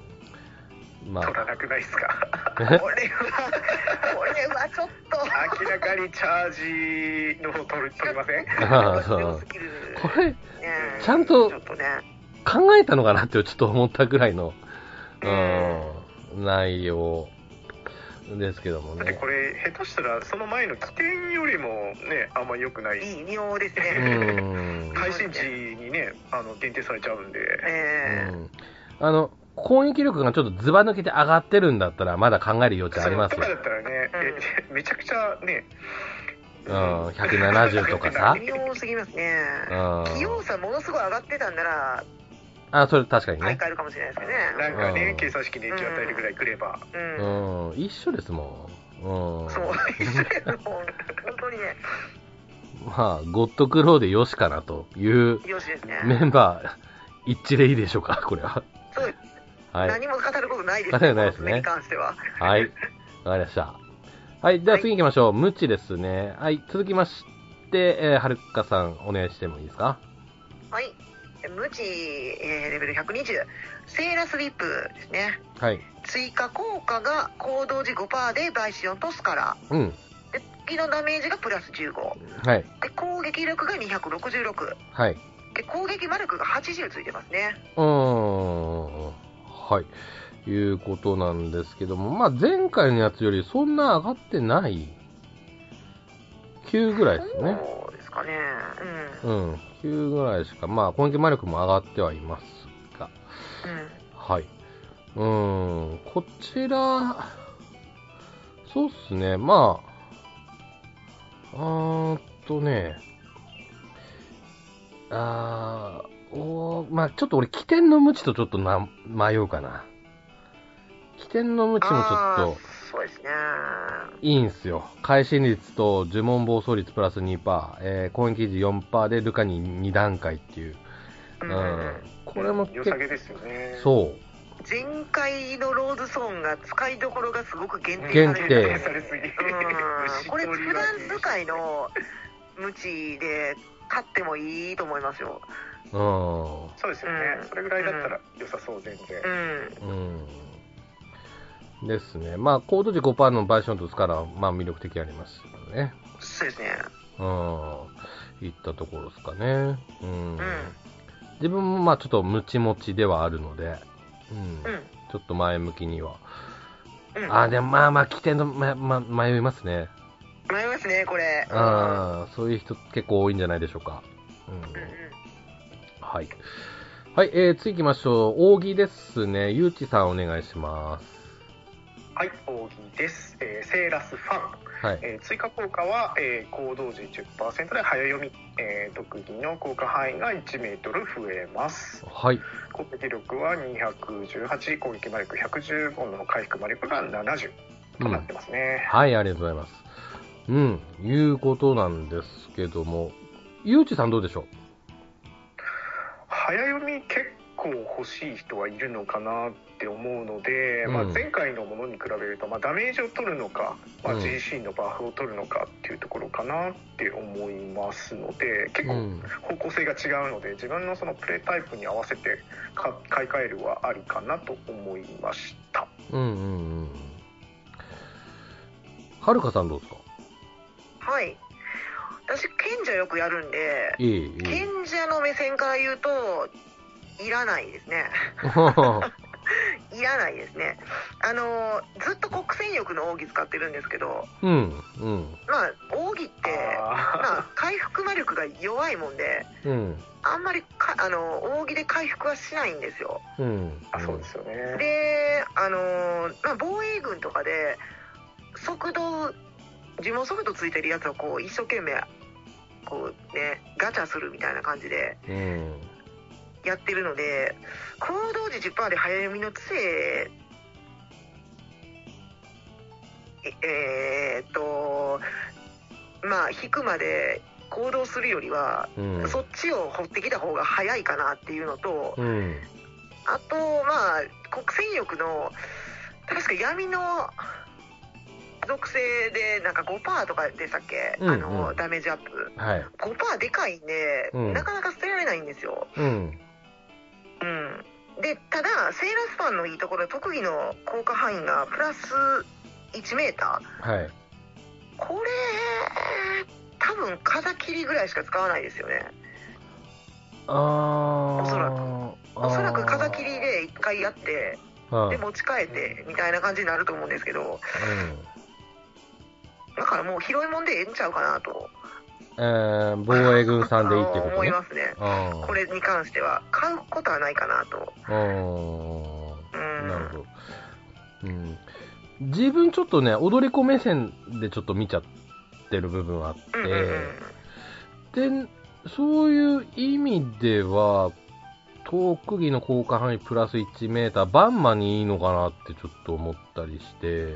ま
取
あ、
らなくないで すか
これは、これはちょっと。
明らかにチャージの方取る取りません
あーそう
強すぎる
これ、
ね
ちゃんと
ちょっとね。
考えたのかなってちょっと思ったぐらいの、
うん
うん、内容ですけども
だって
ね
こ。れ下手したらその前の起点よりもねあんま良くない
いい微妙です
う
ね。
ん。
配信時にねあの限定されちゃうんで、
え
う
え
んあの、攻撃力がちょっとズバ抜けて上がってるんだったら、まだ考える余地あります
そう
よ
とか。だったらね、えめちゃくちゃね、
うん、170とかさ。
微妙すぎますね。
うん。
器用さものすごい上がってたんなら、
あ、それ確かに
買い
ね。
替えるかもしれないです
な
ね。
んか
う
ね
ん
計算式に影響与えるぐらいくれば、
う
うん。
ん、一緒ですもん。うん。
そう、一緒ですもん本当にね、
まあ、ゴッドクローでよしかなという
よしですね。
メンバー、一致でいいでしょうか、これは。
そうです
はい。
何も語ることないで
語
す
ることないですね
この爪に関しては。
はい。わかりました。はい。では次行きましょう。無知ですね。はい。続きましで、えー、はるかさん、お願いしてもいいですか
はい。無知、えーレベル120。セーラスリップですね。
はい。
追加効果が行動時5%でバイシオンとスカラ。
うん。
で、敵のダメージがプラス15。
はい。
で、攻撃力が266。
はい。
で、攻撃魔力が80ついてますね。
うーん。はい。いうことなんですけども、まあ、前回のやつよりそんな上がってない。9ぐらいですね。
そうですかね。う
うん。9ぐらいしか、まあ、攻撃魔力も上がってはいますが。
ん。うん。
はい。うーん、こちら、そうっすね、まあ、あーっとね、あー、おーまあちょっと俺、起点の無知とちょっとな迷うかな。起点の無知もちょっ
あ
と
ーそうですね。
いいんすよ。会心率と呪文暴走率プラス2%、えー、攻撃時4%でルカに2段階っていう。
う
うんん、これも
良
結
さげですよね。う。
そう。
前回のローズソーンが使いどころがすごく限定
限
さ
定
れ
え
て
え
る
されすぎ。
うんこれ普段使いの無知で買ってもいいと思いますよ
うん。
そうですよね
う。ん
それぐらいだったら良さそう全然
う。ん
うんですね。まあ、高度時5%のバイションとスカラは、まあ、魅力的ありますよね。
そうですね
うん。いったところですかね。うん。
うん
自分も、まあ、ちょっとムチモチではあるので、うん。
うん
ちょっと前向きには。
うん
ああ、でも、まあまあ、起点の、ま、ま、迷いますね。
迷いますねこれ
うん。そういう人結構多いんじゃないでしょうか。うん
うんうん
はい。はい、えー、次行きましょう。扇ですね。ゆうちさんお願いします。
はい、大喜です。えーセーラスファン。
はい。
えー追加効果は、えー行動時10%で早読み、えー特技の効果範囲が1メートル増えます
はい。
攻撃力は218攻撃魔力115の回復魔力が70となってますね、
はい、ありがとうございます。うん、いうことなんですけども、ゆうちさんどうでしょ
早読み結構欲しい人はいるのかなって思うので、まあ、
うん
前回のものに比べると、まあ、ダメージを取るのか、まあ、
うん
GC のバフを取るのかっていうところかなって思いますので
う
結
う
構
ん。
方向性が違うので自分のそのプレイタイプに合わせてか買い替えるはありかなと思いました
うんうんうん。はるかさんどうですか
はい私賢者よくやるんで
いい、いい。
賢者の目線から言うといらないですね いらないですねあのーずっと国戦力の奥義使ってるんですけど
うん、うん、
まあ奥義ってまあ
あ
回復魔力が弱いもんで
うん、
あんまりかあの扇で回復はしないんですよ
うん。
ーあ そうですよね
であのー、まあ、防衛軍とかで速度呪文速度ついてるやつをこう一生懸命こうねガチャするみたいな感じで
うん。
やってるので行動時10%で早読みの杖ええーっとまあ引くまで行動するよりは
うん。
そっちを掘ってきた方が早いかなっていうのと、
うん。
あと、まあ、国戦力の、確か闇の属性で、なんか5%とかでしたっけ、
うん
あ
う
の
ん
ダメージアップ。
はい。
5%でかいんで、
うん
なかなか捨てられないんですよ。
うん。
うん。で、ただ、セーラスパンのいいところ、特技の効果範囲がプラス1メーター。
はい。
これ、多分、風切りぐらいしか使わないですよね。
あー。
おそらく
く
おそらく風切りで1回やって、
は
で
い。
持ち帰ってみたいな感じになると思うんですけどだからもう広いもんでええんちゃうかなと
うん。えー、防衛軍さんでいいっていうこと
思
ね。
いますね
あー
これに関しては買うことはないかなと
うん。
うん
なるほど。うん。自分ちょっとね、踊り子目線でちょっと見ちゃってる部分はあって、
うんうんうん
で、そういう意味では、特技の効果範囲プラス1メーター、バンマにいいのかなってちょっと思ったりして、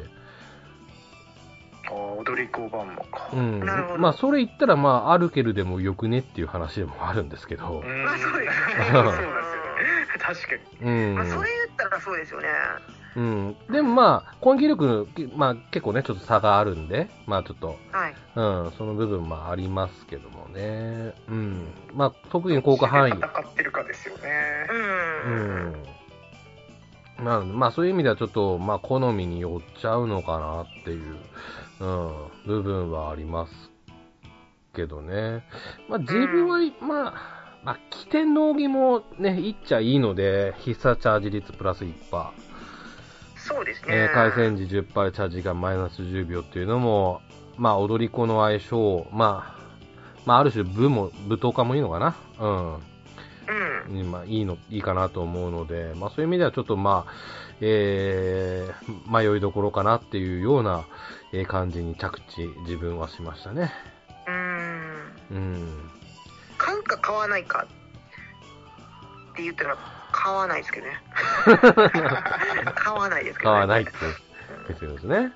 あー踊り交番もか
うん。
なるほど
まあ、それ言ったら、まあ、アルケルでもよくねっていう話でもあるんですけど
う、ん
まあそうですね
そうなんですよね確かに
うん。
まあそれ言ったらそうですよね
うん。でもまあ、攻撃力、きまあ結構ね、ちょっと差があるんで、まあちょっと、
はい。
うん、その部分もありますけどもね。うん。まあ、特に効果範囲。
どっちで戦ってるかですよね。
う
うん。
ん。なので、まあそういう意味ではちょっと、まあ好みによっちゃうのかなっていう、うん、部分はありますけどね。まあ自分は、まあ、まあ、起点の奥義もね、いっちゃいいので、必殺チャージ率プラス1%パー。
そうですね
え。ー回線時10パーチャージがマイナス10秒っていうのも、まあ、踊り子の相性、まあ、まあ、ある種、部も、舞踏家もいいのかな
うん。
うん。まあ、いいの、いいかなと思うので、まあ、そういう意味ではちょっと、まあ、えー、迷いどころかなっていうような、えー感じに着地、自分はしましたね。
うん。
うん。
買うか買わないかって言ったら買わないで すけどね買わないですけ
買
ど、ね、
わないっていうことですね。うん。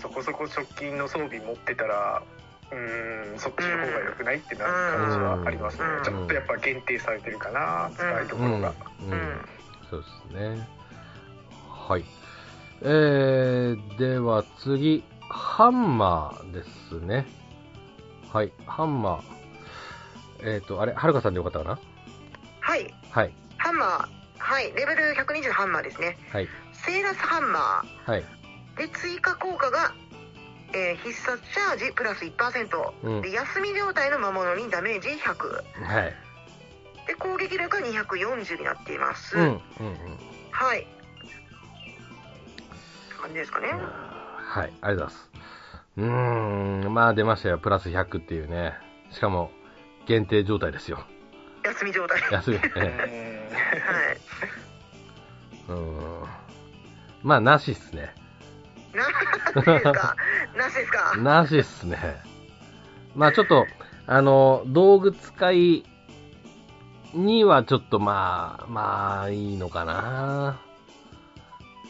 そこそこ直近の装備持ってたら、うーん、そっちの方が良くないってなる感じはありますね
う。ん
ちょっとやっぱ限定されてるかな、使いどこ
うん
ろが。
う
うんん
そうですね。はい。えー、では次、ハンマーですね。はい、ハンマー。えっ、と、あれ、はるかさんでよかったかな
はい
はい、
ハンマーはいレベル120ハンマーですね
はい、
セーラスハンマ
はい。
ーで追加効果が、えー必殺チャージプラス1%、
うん
で休み状態の魔物にダメージ100
はい。
で攻撃力が240になっています、
うん、うん、うん。
はい感じですかね
はい、ありがとうございます。うーん、まあ出ましたよ。プラス100っていうね。しかも、限定状態ですよ。
休み状態はい
安いです
う
ね。
ん
うーん。まあ、なしっすね。
なしです かなしですか
なしっすね。まあちょっと、あの、道具使いにはちょっとまあ、まあいいのかな。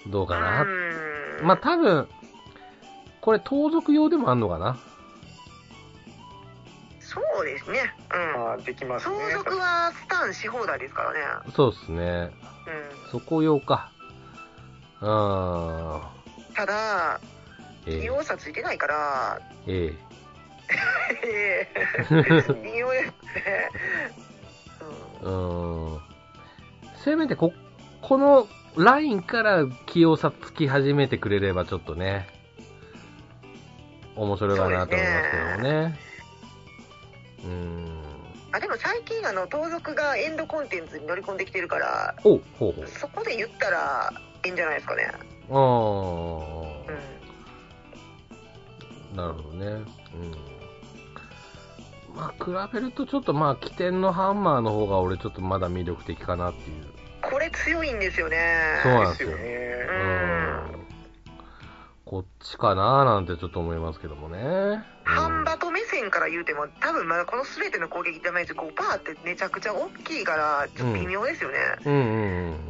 どうかな。
うーん
まあ多分、これ盗賊用でもあんのかな。
そうですね。うん。
まあ、できます
相
ね。
続はスタンし放題ですからね。
そうっすね。そこ用か。うーん。
うん。ただ、利
え
用者ついてな いから、
ええ
ええ
え
利用ですね。
うーん。せめてこ、このラインから器用さつき始めてくれればちょっとね、面白いかなと思いますけどもね。うーん。
うん。あ、でも最近、あの、盗賊がエンドコンテンツに乗り込んできてるから、
おほう
そこで言ったら、いいんじゃないですかね。
ほう。
う
あーな
ん。
るほどね。うん。まあ、比べるとちょっとまあ、起点のハンマーの方が俺ちょっとまだ魅力的かなっていう。
これ強いんですよね。
そうなんで
で
すすよ
よね。
うーん。こっちかなーなんてちょっと思いますけどもね。うん
半バト目線から言うても、多分まだこの全ての攻撃ダメージ5%ってめちゃくちゃ大きいから、ちょっと微妙ですよね。
うんうんうんうん。
うん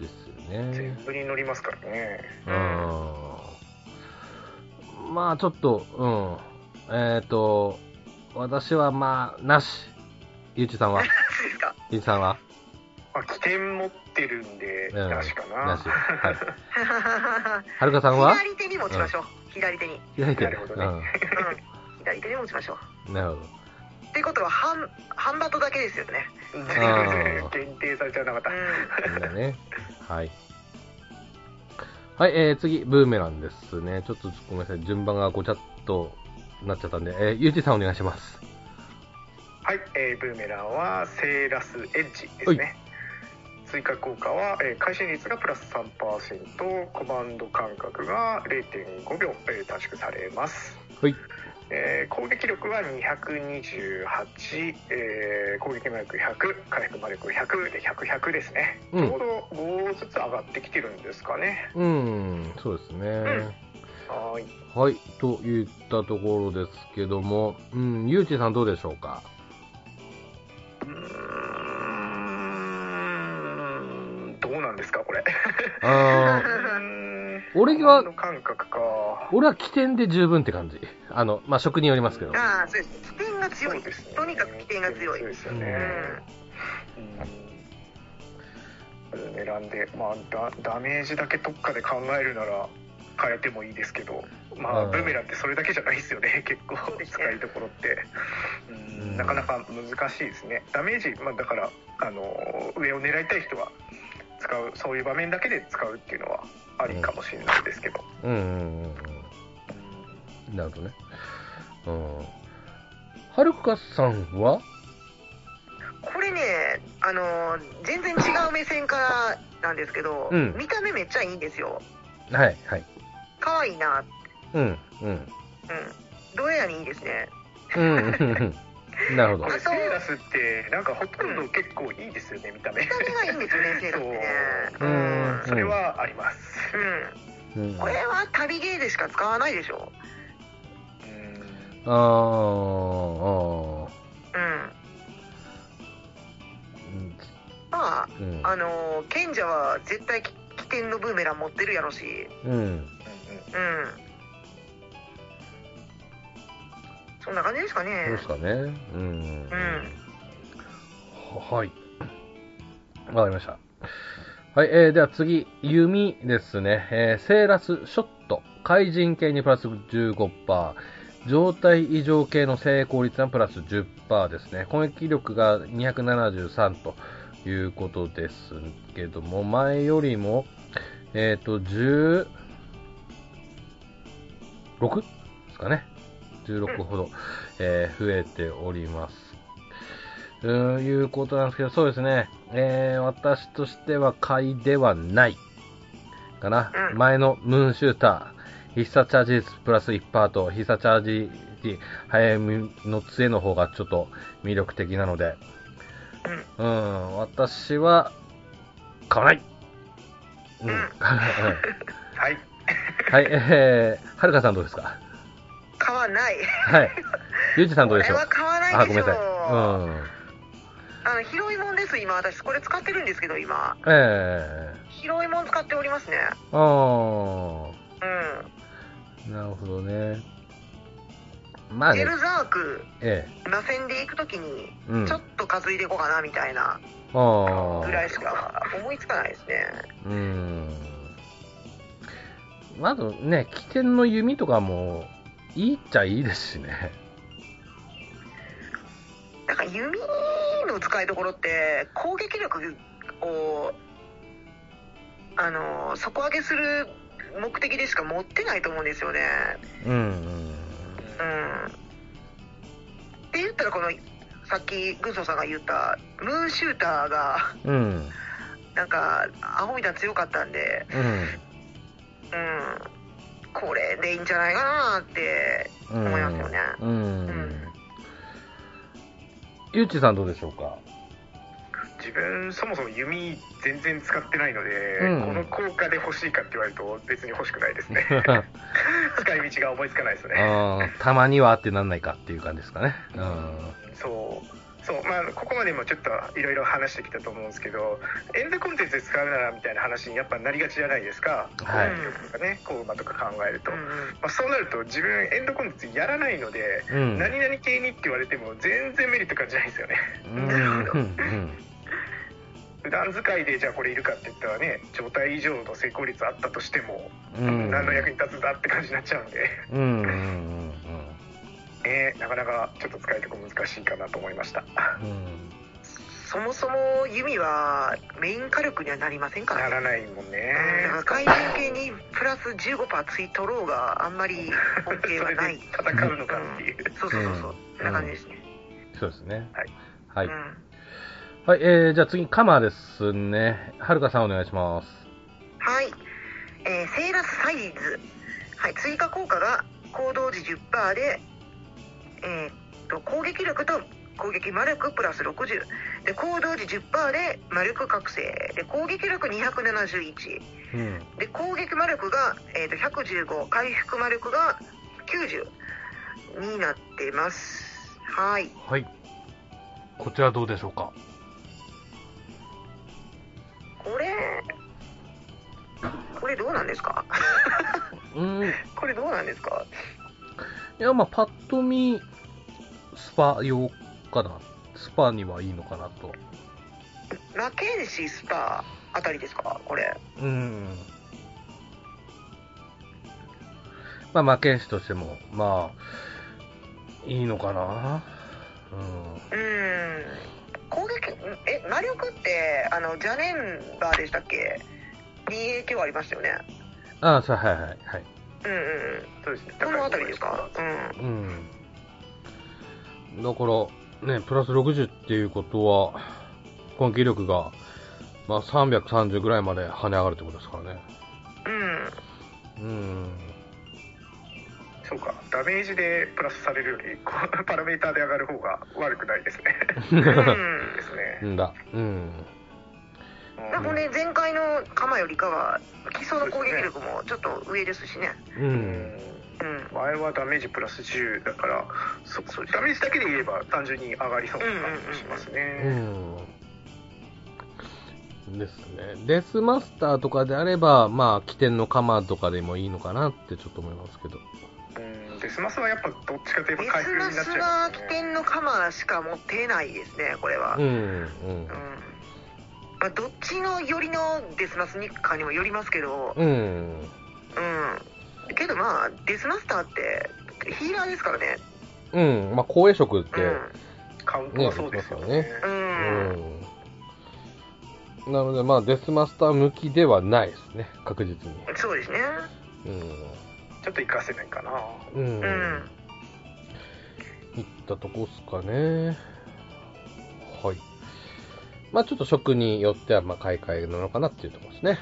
ですよ
全
ね。
部に乗りますからね。
うん。まあちょっと、うん。えっ、と、私はまあ、なし。ゆうちさんは
そうですか。
ゆうちさんは
まあ、起点持ってるん で、
うん
なしかな。
なし。はい。
左
はるかさんは
手に持ちましょう。左手に。
左手。
なるほどね
うん。左手に持ちましょう。
うん。なるほど。
っていうことは、半、半バトだけですよね。
全
ー
部限定されちゃなかった。
う
だね。はい。はい、えー、次、ブーメランですね。ちょっとごめんなさい。順番がごちゃっとなっちゃったんで、えー、ゆうちさんお願いします。
はい、えーブーメランはセーラスエッジですね。追加効果は、えー回収率がプラス3%、コマンド間隔が0.5秒、えー短縮されます。
はい。
えー攻撃力は228、えー攻撃魔力100、回復魔力100で100、100ですね。
うん
ちょうど5ずつ上がってきてるんですかね。
うーん、そうですね。
はーい。
はい、といったところですけども、うん、ゆうちさんどうでしょうか
うーんどうなんですか、これ。
あ ー俺は
の感覚か。
俺は起点で十分って感じ。あの、まあ、職によりますけど。
ん。ああ、そうです。起点が強
そ
い。
うですね
とにかく起点が強い。
ですよ
う
ね。
ん。
うん選んで、まあ、ダダメージだけ特化で考えるなら変えてもいいですけど、まあ、
うん
ブーメランってそれだけじゃないですよね 結構
そうですね
使いどころって、う
うん
ん、なかなか難しいですねダメージ、まあ、だからあの上を狙いたい人は使うそういう場面だけで使うっていうのはありかもしれないですけど、
うんうんうん
うん
うんなるほどねうんはるかさんは
これね、あのー全然違う目線からなんですけど、
うん
見た目めっちゃいいんですよ。
はいはい
可愛いな。
うんうん
うん。どれやにいいですね。
うんうん うんうんなるほ
こ
ど
れセーラスってなんかほとんど結構いいですよね見た目
見た目がいいんですよね、セーラってね。
そううん
それはあります
う
うんん。これは旅芸でしか使わないでしょ。
うん
あーあ
うん。
ー
まあ、
うん
あのー賢者は絶対き起点のブーメラン持ってるやろし。
うん
うん。そんな感じですかね。
そうですかね。うん。ははい。わかりました。はい、えー、では次、弓ですね。えー、セーラスショット。怪人系にプラス15%。状態異常系の成功率はプラス10%ですね。攻撃力が273ということですけども、前よりも、えっ、と、10、6? ですかね。16ほど、えー増えております。ということなんですけど、そうですね。えー私としては買いではない。かな。
うん
前のムーンシューター、必殺チャージ率プラス1%と、必殺チャージ率早めの杖の方がちょっと魅力的なので、うん、私は、買わないうん。
うん
はい
はい、えー、はるかさんどうですか
買わない。
はい。ゆうじさんどう
こ
でし
れ
ょう
は買わない
あ、
で
ご
し
め
ょ
んなさい。うん。
あの広いもんです今私これ使ってるんですけど今
ええ
広いもん使っておりますね
あ
う
あ、なるほどね。まあ
ん
ね
エ、ルザーク
え
螺旋で行くときに
え、うん。
ちょっと担いでいこうかなみたいな
ああ
ぐらいしか思いつかないですね
うーん。まずね、起点の弓とかも、いいっちゃいいですしね。
なんか弓の使いどころって攻撃力をあの底上げする目的でしか持ってないと思うんですよね
うん、
うんって言ったらこのさっき軍曹さんが言ったムーンシューターが
うん。うん。
なんかアホみたいな強かったんでうんこれでいいんじゃないかなって
うん。
思いますよね
うん。
うん
ゆうちさんどうでしょうか
自分そもそも弓全然使ってないので、
うん
この効果で欲しいかって言われると別に欲しくな いですね使い道が思いつかないですね
あーたまにはってなんないかっていう感じですかね。うん。
そうそうまあここまでもちょっといろいろ話してきたと思うんですけどエンドコンテンツで使うならみたいな話にやっぱなりがちじゃないですか、
はい
攻撃力とかねコーマとか考えると、
うん
まあ、そうなると自分エンドコンテンツやらないので、
うん。
何々系にって言われても全然メリット感じないんですよね
うんうん。
普段使いでじゃあこれいるかって言ったらね状態以上の成功率あったとしても、
うん。
何の役に立つんだって感じになっちゃうんで、
うんうんうん
ね、なかなかちょっと使いとこ難しいかなと思いました
うん
そもそも弓はメイン火力にはなりませんか
な
らね
らないもんね
うん怪獣系にプラス15%ついとろうがあんまり恩
それ
恵は
で
ない
戦うのかっていう、
そうそうそうそう
うん
そんな感じですね
そうですね。
はい。
は
う
い。
ん
はい、えー、じゃあ次、カマですね。はるかさんお願いします。
はい、えーセーラスサイズ、はい、追加効果が行動時10%で、えー、と攻撃力と攻撃魔力プラス60で行動時10%で魔力覚醒で攻撃力271
うん。
で攻撃魔力が、えー、と115回復魔力が90になってますはい
はい。こちらどうでしょうか
これこれどうなんですか
うん。い
これどうなんですか
や、まあ、パッと見、スパ用かな。スパにはいいのかなと。
ラケンシスパあたりですかこれ
うん。まあ、魔剣士としても、まあ、いいのかな。うん。
うーん攻撃んえ魔力ってあのジャネンバーでしたっけに影響ありましたよね
ああ、そう、はいはいはい。
うんうんうん
そうですね
このあたりですかうん
うん。だから、ね、プラス60っていうことは、根気力が、まあ、330ぐらいまで跳ね上がるってことですからね。
うん
うん。
そうかダメージでプラスされるよりこの パラメーターで上がる方が悪くないですね
うん
ですね、
んだ。うん。
まあ、
うん
もうね前回の鎌よりかは基礎の攻撃力もちょっと上ですしね
う。
うんん
うん
前はダメージプラス10だからそダメージだけで言えば単純に上がりそうな感じがしますね、
うん。ですね。デスマスターとかであれば、まあ、起点の鎌とかでもいいのかなってちょっと思いますけど。
うんデスマスはやっぱどっちかといえば
デ
回
ス
復にな
マ
っちゃ
ス
いま
は
す
起
ね
点の鎌しか持てないですねこれは
う
うん
ん。うん。
まあ、どっちのよりのデスマスにかにもよりますけど
うん。
うんけどまあデスマスターってヒーラーですからね
うん。まあ、高栄色って、
カウントはそうですよね
ね
うん
う
うん、
ん。なので、まあ、デスマスター向きではないですね。確実に。
そうですね
ちょっと活かせないかな
うん。
う
うんん。いったとこっすかね。はい。まあちょっと職によっては、まあ買い替えなのかなっていうところですね。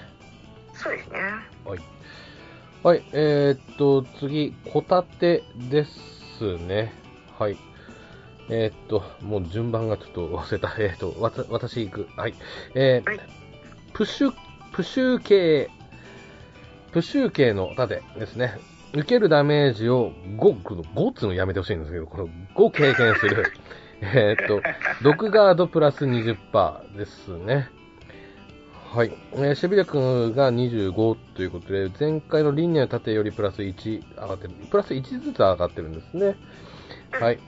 そうですね
はい。はい、えー、っと、次、ホタテですね。はい。えー、っと、もう順番がちょっと忘れた。 えー、っと、わた、私行く。はい。えー
はい
プシュ、プシュ系、プシュ系の盾ですね。受けるダメージを5、この5つのやめてほしいんですけど、この5経験す る。えーっと、毒ガードプラス20%ですね。はい。えー、守備力が25ということで、前回の輪廻の盾よりプラス1上がってる。プラス1ずつ上がってるんですね。はい。いっ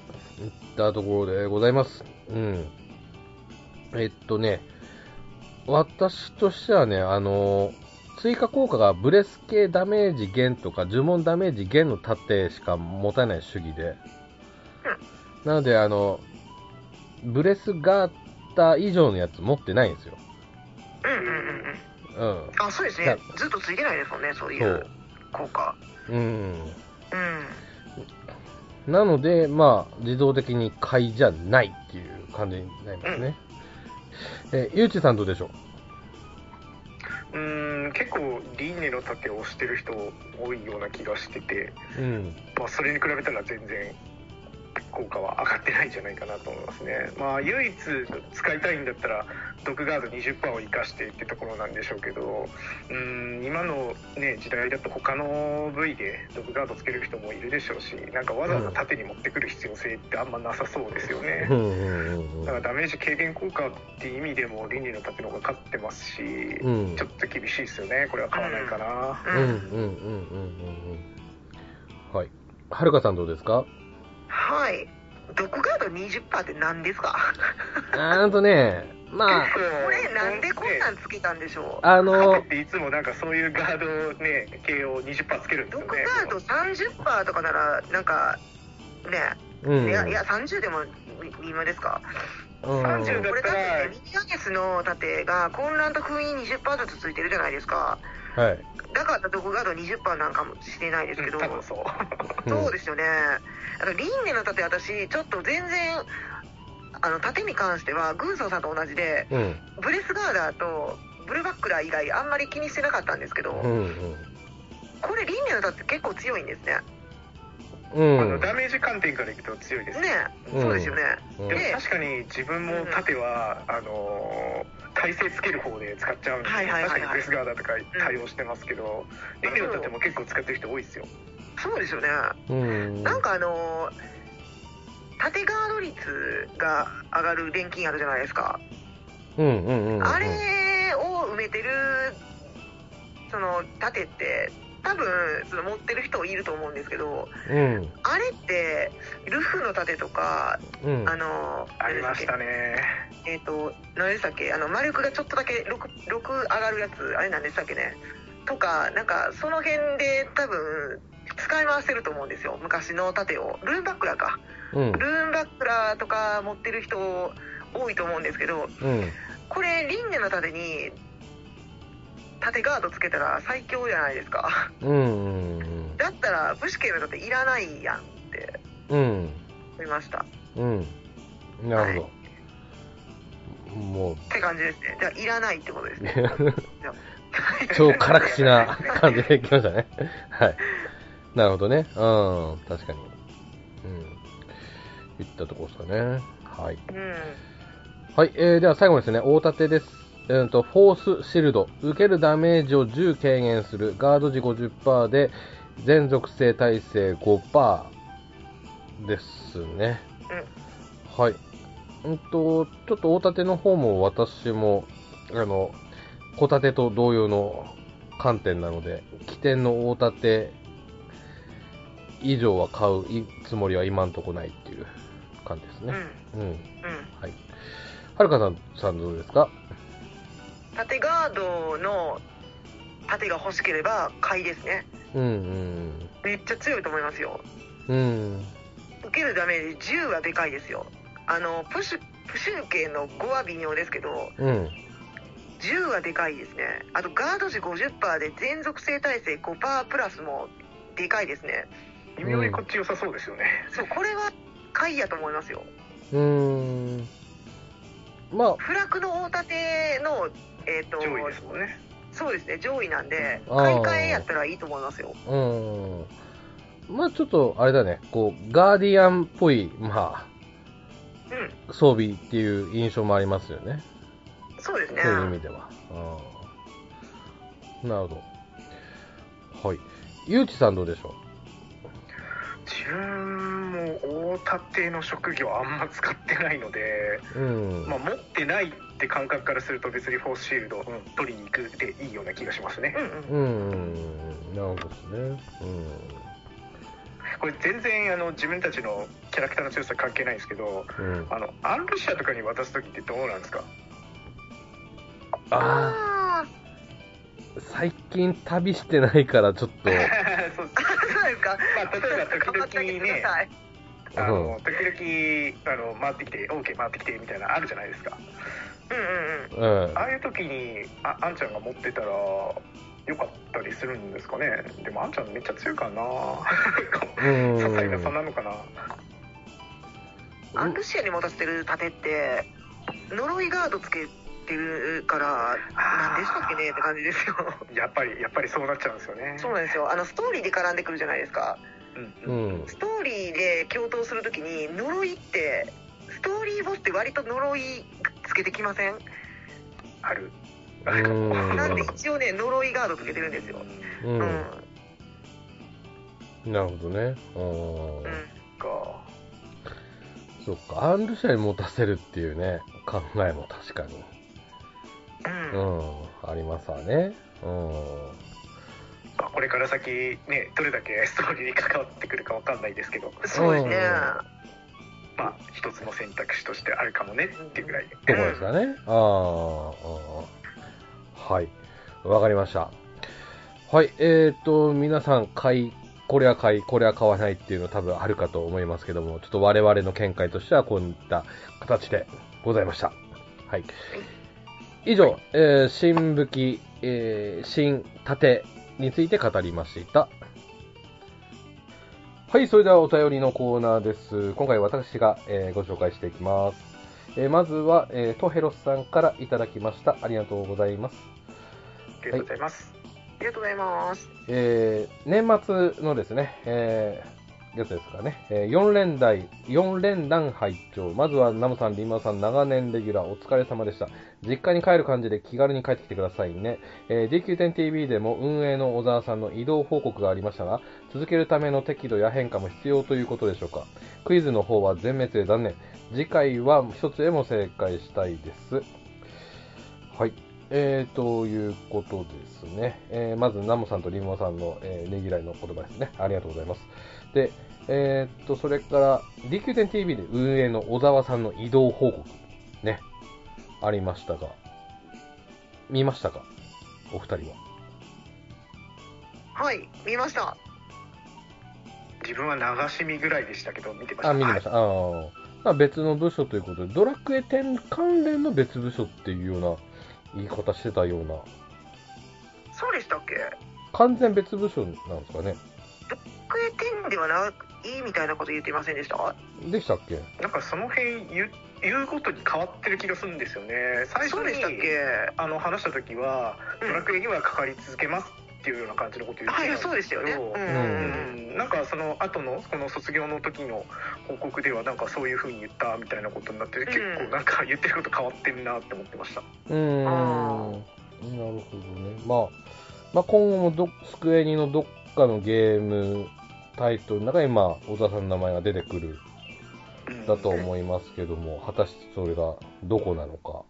たところでございます。うん。えっとね、私としてはね、あのー追加効果がブレス系ダメージ減とか呪文ダメージ減の盾しか持たない主義で。なので、あの、ブレスガーター以上のやつ持ってないんですよ。
うんうんうんう
う
ん
ん。
あそうです
だ
ねずっとついてないですもんねそうい
そうう。
効果
うん。
うん
なので、まあ、自動的に買いじゃないっていう感じになりますね。えーゆうちさんどうでしょ
うん結構輪廻の盾を押してる人多いような気がしてて、
ううん。
まあ、それに比べたら全然効果は上がってないんじゃないかなと思いますねまあ唯一使いたいんだったら毒ガード20%を生かしてってところなんでしょうけどうん今の、ね、時代だと他の部位で毒ガードつける人もいるでしょうしなんかわざわざ盾に持ってくる必要性ってあんまなさそうですよね、
うんうんうん
だからダメージ軽減効果っていう意味でも倫理の盾の方が勝ってますし、
うん
ちょっと厳しいですよねこれは買わないかな、
うんうんうんうんうんうん。はい。はるかさんどうですか
はい毒ガード20%って何ですか
あーんとね、まあ、
これなんでこんなんつけたんでしょう
あの
盾っ、ていつもなんかそういうガードをね系を20%つけるんです
毒
よ
ガ
ね
ード30%とかならなんかね
うん。
いやいや30でも今ですか
うん、
30だ
これだってねミニアゲスの盾が混乱と封印20%ずつついてるじゃないですか
はい。
だから毒ガード20%なんかもしてないですけど、
うん多分そう
そうですよねあと輪廻の盾私ちょっと全然あの盾に関しては軍曹さんと同じで
うん。うん。
ブレスガーダーとブルバックラー以外あんまり気にしてなかったんですけど、
うん。
これ輪廻の盾って結構強いんですね
うん。
あのダメージ観点からいくと強いです、
ね
うん
そうですよね、
うん
でも
で
確かに自分も盾は、あのー耐性つける方で使っちゃうんで、
はいはいはいは
確
い
かにプレスガーダーとか対応してますけど、リンネの盾も結構使ってる人多いですよ
そうですよね
うん。
なんかあのー縦ガード率が上がる錬金あるじゃないですか、
うんうんうんうん。
あれを埋めてるその盾って多分その持ってる人いると思うんですけど
うん。
あれってルフの盾とか
うん。
あの
ありま
何で
し
した
た
っ
ね
けえっ、と何でしたっけあの魔力がちょっとだけ 6, 六上がるやつあれなんでしたっけねとかなんかその辺で多分使い回せると思うんですよ昔の盾をルーンバックラーか
うん。
ルーンバックラーとか持ってる人多いと思うんですけど
うん。
これ輪廻の盾に盾ガードつけたら最強じゃないですか
うん。うん
だったら武士系の盾いらないやんって
うん。
思いました
うん。なるほど。もう、
って感じですねじゃあいらないってことですね
超辛口な感じで来ましたね。 はい。なるほどね。うん。確かに。うん。いったとこですかね。はい。
うん
はい、えー、では最後ですね、大盾です。えー、とフォースシールド、受けるダメージを10軽減する、ガード時50%で、全属性耐性5%ですね。はい。うんと、ちょっと大盾の方も私も、あの、小盾と同様の観点なので、起点の大盾以上は買ういつもりは今んとこないっていう感じです
うんう
ね。
ん
うん
うん
はい。はるかさん、さんどうですか
盾ガードの盾が欲しければ買いですね
うん
めっちゃ強いと思いますよ
うん。うん。
受けるダメージ10はでかいですよあのプシュプシュ系の5は微妙ですけど
うん。
10はでかいですねあとガード時50%で全属性耐性5%プラスもでかいですね
微妙にこっち良さそうですよね、
そうこれは買いやと思いますよ
うーん。ま
フラクの大盾のえっ、と
上位ですもんね
そうですね上位なんで
あ
買い
ー
替えやったらいいと思いますよ
あ、うん。まあちょっと、あれだね、こう、ガーディアンっぽい、ま
うん
あ、装備っていう印象もありますよね。
そうですね
そういう意味では。うん。なるほど。はい。ゆうちさんどうでしょ
自分も大盾の職業あんま使ってないので、
ううん。
まあ、持ってないって感覚からすると別にフォースシールド、うん取りに行くでいいような気がしますね
うんうん
うん。なるほどですね。
これ全然あの自分たちのキャラクターの強さ関係ないんですけど
うん。うん。
あのアンルシアとかに渡す時ってどうなんですか
ああ、
ああ
最近旅してないからちょっと。
そう
ー そうですか
まあ、例えば
頑 張ってあ
時々
げてくだ
ね
さい
あの時々あの回ってきて OK 回ってきてみたいなのあるじゃないですか
うんうんうん
うん
ああいう時にああんちゃんが持ってたら良かったりするんですかねでもあんちゃんめっちゃ強いからな
うん
些細な差なのかな
アンルシアに持たせてる盾って呪いガードつけてるから何でしたっけねって感じですよ
やっぱりやっぱりそうなっちゃうんですよね
そうなんですよあのストーリーで絡んでくるじゃないですか
う
うんうん
ん
ストーリーで共闘するときに呪いってストーリーボスって割と呪いつけてきません
ある
うん
なんで一応ね呪いガードつけてるんですよ
う
うんん、うん
なるほどねうん
か
そっかアンルシアに持たせるっていうね考えも確かにう
うん
んありますわねうん
まあこれから先ねどれだけストーリーに関わってくるかわかんないですけど
そうですね
まあ一つの選択肢としてあるかもねっていうぐらい
とこですかね。ああ、はい。わかりました。はい。えっ、と、皆さん、買い、これは買い、これは買わないっていうの多分あるかと思いますけども、ちょっと我々の見解としてはこういった形でございました。はい。以上、えー、新武器、えー、新盾について語りました。はい、それではお便りのコーナーです。今回私が、えーご紹介していきます。えーまずは、えートヘロスさんからいただきました。ありがとうございます。
ありがとうございます、
ありがとうございます
えー年末のですね、えーやつですかね、え4連台、4連弾拝聴まずはナムさん、リンマさん、長年レギュラー、お疲れ様でした。実家に帰る感じで気軽に帰ってきてくださいね。えー DQ10TV でも運営の小沢さんの移動報告がありましたが、続けるための適度や変化も必要ということでしょうか。クイズの方は全滅で残念。次回は一つでも正解したいです。はい。えー、ということですね。えーまず、ナモさんとリンゴさんの、えー、ねぎらいの言葉ですね。ありがとうございます。で、えー、と、それから、DQ10TV で運営の小沢さんの移動報告、ね、ありましたが、見ましたかお二人は。
はい見ました
自分は流し見ぐらいでしたけど見てました
あ、見てました。あーまあ、別の部署ということで、ドラクエ10関連の別部署っていうような言い方してたような、
そうでしたっけ
完全別部署なんですかね。
クエテンではないみたいなこと言ってませんでしたあ
でしたっけ
なんかその辺言う言うことに変わってる気がするんですよね最初
そうで
に
したっけ
あの話した時は「
うん
ドラクエにはかかり続けます」っていうような感じのこと言ってたん
は
で
い
すけど
そうでしたよねうんうん
うんなんかその後のこの卒業の時の報告ではなんかそういうふうに言ったみたいなことになってて結構なんか言ってること変わってるなって思ってました
うーん。
あ
な
ー
るほどね。まあ、まあ、今後もど、スクエニのどっかのゲームタイトルの中に、まあ、小沢さんの名前が出てくる、
うん
だと思いますけども、果たしてそれがどこなのか。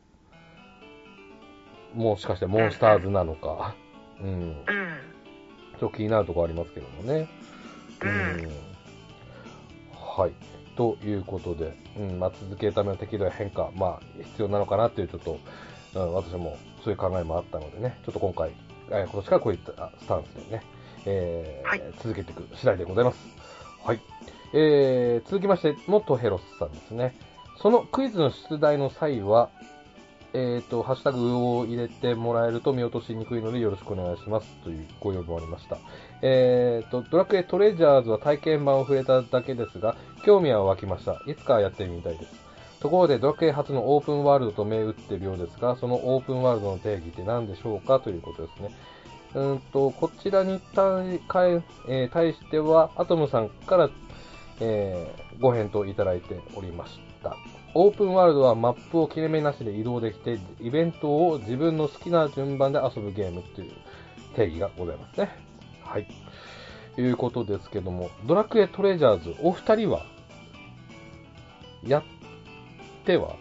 もしかしてモンスターズなのか。うん。
うん
ちょっと気になるところありますけどもね。
うん
はい。ということで、うんまあ、続けるための適度な変化、まあ、必要なのかなっていう、ちょっと、うん、私もそういう考えもあったのでね、ちょっと今回、えー今年からこういったスタンスでね、えー
はい
続けていく次第でございます。はい。えー続きまして、元ヘロスさんですね。そのクイズの出題の際は、えっ、と、ハッシュタグを入れてもらえると見落としにくいのでよろしくお願いしますというご要望ありました。えっ、と、ドラクエトレジャーズは体験版を触れただけですが、興味は湧きました。いつかはやってみたいです。ところで、ドラクエ初のオープンワールドと銘打っているようですが、そのオープンワールドの定義って何でしょうかということですね。うーんと、こちらに対かええー対しては、アトムさんから、えーご返答いただいておりました。オープンワールドはマップを切れ目なしで移動できて、イベントを自分の好きな順番で遊ぶゲームっていう定義がございますね。はい。ということですけども、ドラクエトレジャーズ、お二人は、やっては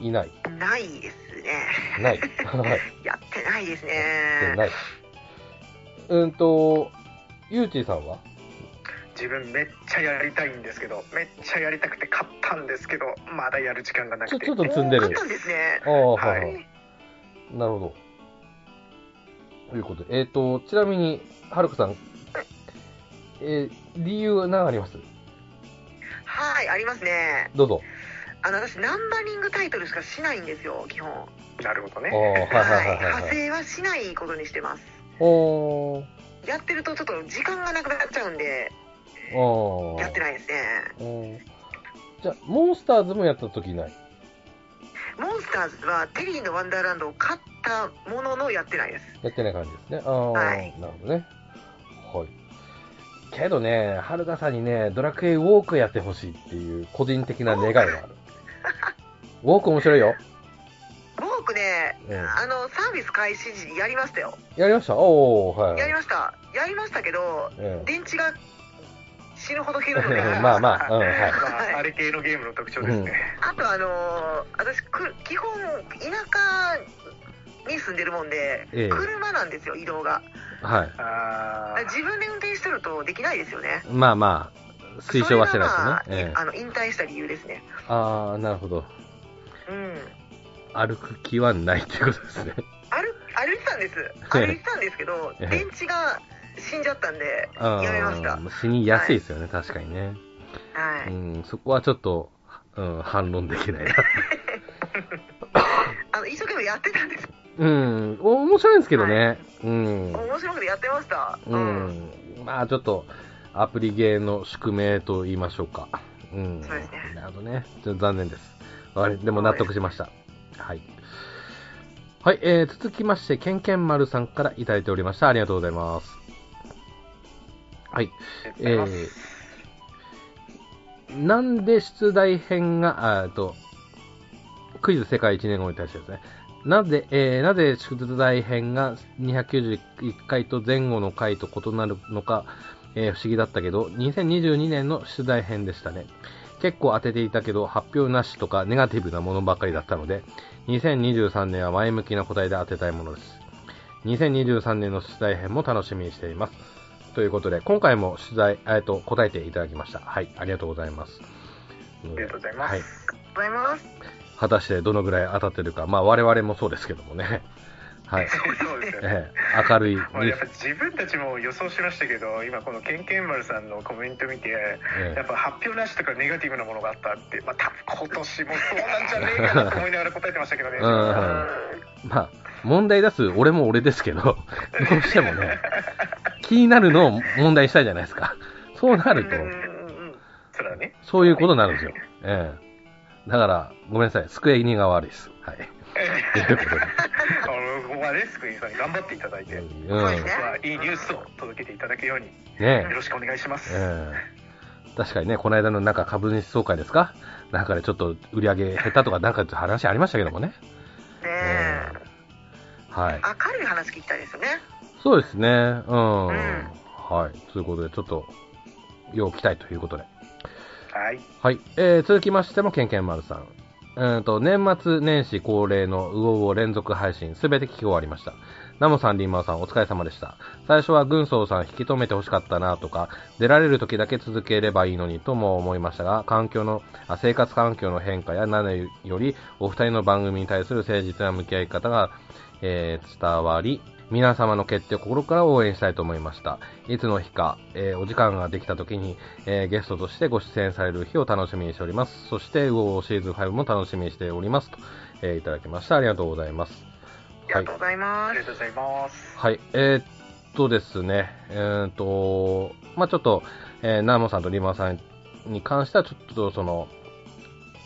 いない。
ないですね
ない。 はい。
やってないです
で
ね
ない。うんと、ゆうちーさんは
自分めっちゃやりたいんですけどめっちゃやりたくて買ったんですけどまだやる時間がな
ちょ
くて
ちょっと積んで
おー
る
勝っ。たんですね
ああ、は、
はいい
はい。なるほど。ということで、えっ、と、ちなみに、はるくさん、えー理由は何あります
はいありますね
どうぞ。
あの私ナンバリングタイトルしかしないんですよ基本は
なるほど
ああ、
ね
はい
い
はいはいはい
派
はい。
生はしないことにしてます
おー、
やってるとちょっと時間がなくなっちゃうんで
おー。
やってないですね
おーじゃあ、モンスターズもやったときない。
モンスターズはテリーのワンダーランドを買ったもののやってないです
やってない感じですね。ああ、
はい
なるほどね。はい。けどね、はるかさんにね、ドラクエウォークやってほしいっていう個人的な願いがあ る。ウォーク面白いよ。
僕ね、
うん
あのサービス開始時やりましたよ、
やりましたおー、はい。
やりましたやりましたけど
え
電池が死ぬほど減るので
えまあまあ、うん、はい。
ま
はい
あ、あれ系のゲームの特徴ですね、
あとあのー私く基本田舎に住んでるもんで、
ええ
車なんですよ移動が
はい。
あー
自分で運転してるとできないですよね
まあまあ、推奨はしてない
そ
です
れ
よね。え
がまああの引退した理由ですね
え、ああ、なるほど。
うん
歩く気はないっていうことです ね。
歩歩いてたんです歩いてたんですけど
ええ
電池が死んじゃったんで
うん
やめましたは
死にやすいですよね、確かにね。う
い
ん、そこはちょっと、うん、反論できないな。
あの一生懸命やってたんです
うん、お面白いんですけどね。うん。
面白くてやってました
う
うん、
ん。まあ、ちょっと、アプリゲーの宿命と言いましょうか。うん。
そうですね
なるほどね。ちょっと残念です。あれ、でも納得しました。はい。はい、えー、続きまして、けんけんまるさんからいただいておりました。ありがとうございます。はい。えー、なんで出題編が、あーえっと、クイズ世界1年後に対してですね。なぜ、えーなぜ出題編が291回と前後の回と異なるのか、えー不思議だったけど、2022年の出題編でしたね。結構当てていたけど、発表なしとかネガティブなものばかりだったので、2023年は前向きな答えで当てたいものです。2023年の出題編も楽しみにしています。ということで、今回も取材、えっと、答えていただきました。はい、ありがとうございます。
ありがとうございます。
はい。
ございます。
果たしてどのぐらい当たってるか、まあ我々もそうですけどもね。はい。
そうですよね。
ええ明 るいニ
まあ、
ュ
や
ー
っぱ
ス。
自分たちも予想しましたけど今このケンケン丸さんのコメント見て
え
やっぱ発表なしとかネガティブなものがあったって、まあ、多分今年もそうなんじゃねえかなと思いながら答えてましたけどね。
うんえまあ、問題出す俺も俺ですけ ど、どうしてもね、気になるのを問題にしたいじゃないですか。そうなると、
それはね。
そういうことになるんですよ。ええだから、ごめんなさい。スクエニが悪いです。 はい。ということで。
あのここはね、スクイーンさんに頑張っていただいて、
うん。
そうですね
ね
まあ、いいニュースを届けていただくように、
え
よろしくお願いします。
ええ確かにね、この間のなんか株主総会ですかなんかでちょっと売り上げ減ったとかなんかって話ありましたけどもね。
ねえ、
はい。
明るい話聞きたいですよね。
そうですね。うん。
うん
はい。ということで、ちょっと、要期待ということで。
はい。
はい。えー、続きましても、けんけんまるさん。うーんと、年末年始恒例のウオウオ連続配信、すべて聞き終わりました。ナモさん、リンマーさん、お疲れ様でした。最初は軍曹さん引き止めて欲しかったなとか、出られる時だけ続ければいいのにとも思いましたが、環境の、あ生活環境の変化や何より、お二人の番組に対する誠実な向き合い方が、えー伝わり、皆様の決定を心から応援したいと思いました。いつの日か、えーお時間ができた時に、えーゲストとしてご出演される日を楽しみにしております。そして、ウオウオシーズン5も楽しみにしております。と、えーいただきました。ありがとうございます。
ありがとうございま
あ
す
り。がとうございます。
はい、えーっとですね、えーっと、まあちょっと、えー、ナーモさんとリマさんに関しては、ちょっとその、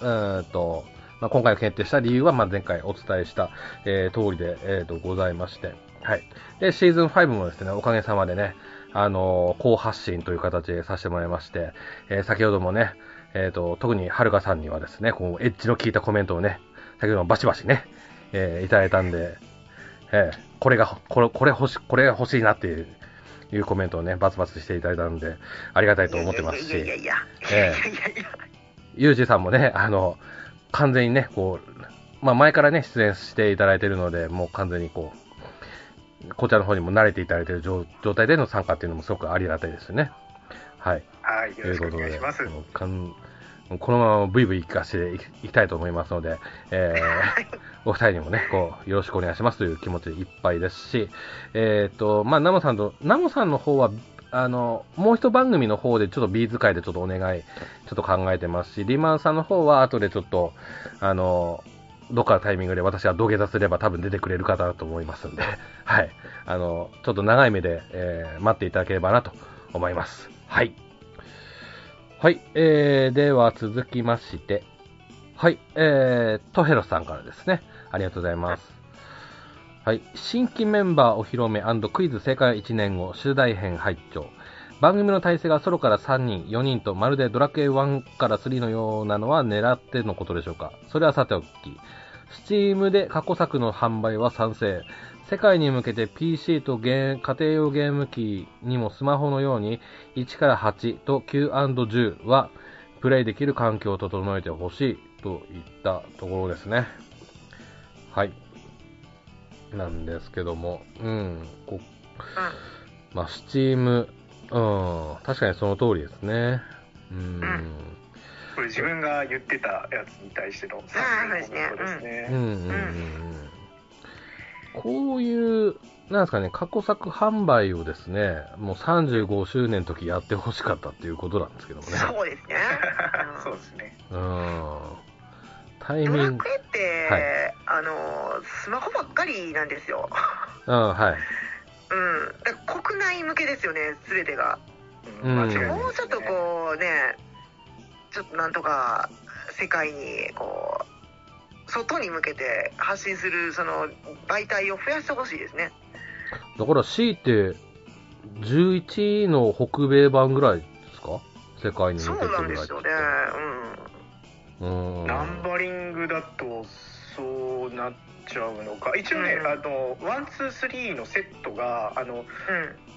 えーっと、まあ、今回決定した理由は、まあ、前回お伝えした、えー通りで、えーっとございまして、はい。で、シーズン5もですね、おかげさまでね、あのー、高発信という形でさせてもらいまして、えー先ほどもね、えーっと、特にはるかさんにはですね、こう、エッジの効いたコメントをね、先ほどもバシバシね、えーいただいたんで、ええこれがほ、これ、これ欲し、これが欲しいなっていう、いうコメントをね、バツバツしていただいたんで、ありがたいと思ってます
いやいや
し、
いやいやいや
ええ
いやいやいや
ゆうじさんもね、 あの、完全にね、こう、まあ前からね、出演していただいてるので、もう完全にこう、こちらの方にも慣れていただいてる状状態での参加っていうのもすごくありがたいですよね。はい。
はい。よ
とい
ろ
う
しく
こ
お
と
願い
で
します。、
もうかんこのままブイブイ行かせていきいきたいと思いますので、えーお二人にもね、こう、よろしくお願いしますという気持ちでいっぱいですし、えっ、と、まあ、ナモさんと、ナモさんの方は、あの、もう一番組の方でちょっと B 使いでちょっとお願い、ちょっと考えてますし、リマンさんの方は後でちょっと、あの、どっかのタイミングで私は土下座すれば多分出てくれるかなと思いますんで、はい。あの、ちょっと長い目で、えー待っていただければなと思います。はい。はい、えー、では続きまして、はい、えー、トヘロさんからですね。ありがとうございます。はい、新規メンバーお披露目クイズ正解1年後、集大編拝聴番組の体制がソロから3人、4人とまるでドラクエ1から3のようなのは狙ってのことでしょうかそれはさておき、Steam で過去作の販売は賛成。世界に向けて PC とゲー家庭用ゲーム機にもスマホのように1から8と 9&10 はプレイできる環境を整えてほしいといったところですね。はい。なんですけども、うん、こまあ、スチーム、うん、確かにその通りですね。うん。
これ自分が言ってたやつに対しての
あーそうですね
コメントですね。。
うんうんうんうんこういう、なんですかね、過去作販売をですね、もう35周年の時やってほしかったっていうことなんですけどもね。
そうで すね
そうですね。
うん。タイ
ド
ミ
ラ
ング
ク、エって、
はい
あのスマホばっかりなんですよ。
うん、はい。
うん、だから国内向けですよね、すべてが。
うん
間違いないですね
もうちょっとこうね、ちょっとなんとか世界にこう外に向けて発信するその媒体を増やしてほしいですね。
だから C って、11の北米版ぐらいですか世界に向
そう
けてぐ
な
らい
ん
って。
ですよね。
うん。
ナンバリングだとそうなっちゃうのか一応ね、
うん
あのワンツースリーのセットがあの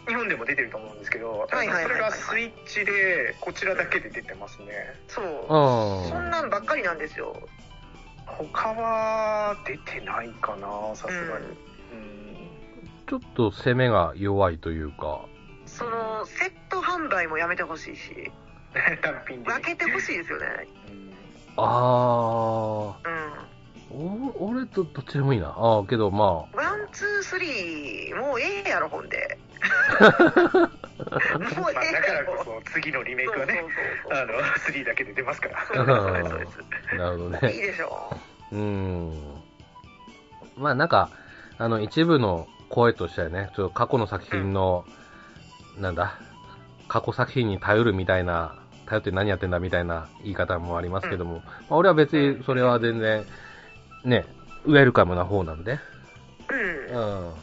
日本でも出てると思うんですけど、あの
はいはいはいはい
それがスイッチでこちらだけで出てますね
そうそん
あ
なんばっかりなんですよ
他は出てないかなさすがに、
う
ちょっと攻めが弱いというか、
そのセット販売もやめてほしいし
うん 単品で
分けてほしいですよね
うん
あー、
う
お俺とどっちでもいいな。ああ、けどま
んワンツースリーもうええやろほ んでもう
まあ、
ええ
だか
や
ら
ろ
こそ次のリメイクはねあの3だけで出ますから
そうそうそうそうそうですそうで
あ、なるほど
すいい
ね。
でしょ
うーん。まあなんか、あの、一部の声としてはね、ちょっと過去の作品の、なんだ、過去作品に頼るみたいな、頼って何やってんだみたいな言い方もありますけども、まあ、俺は別にそれは全然、ね、ウェルカムな方なんで。
う
うんん。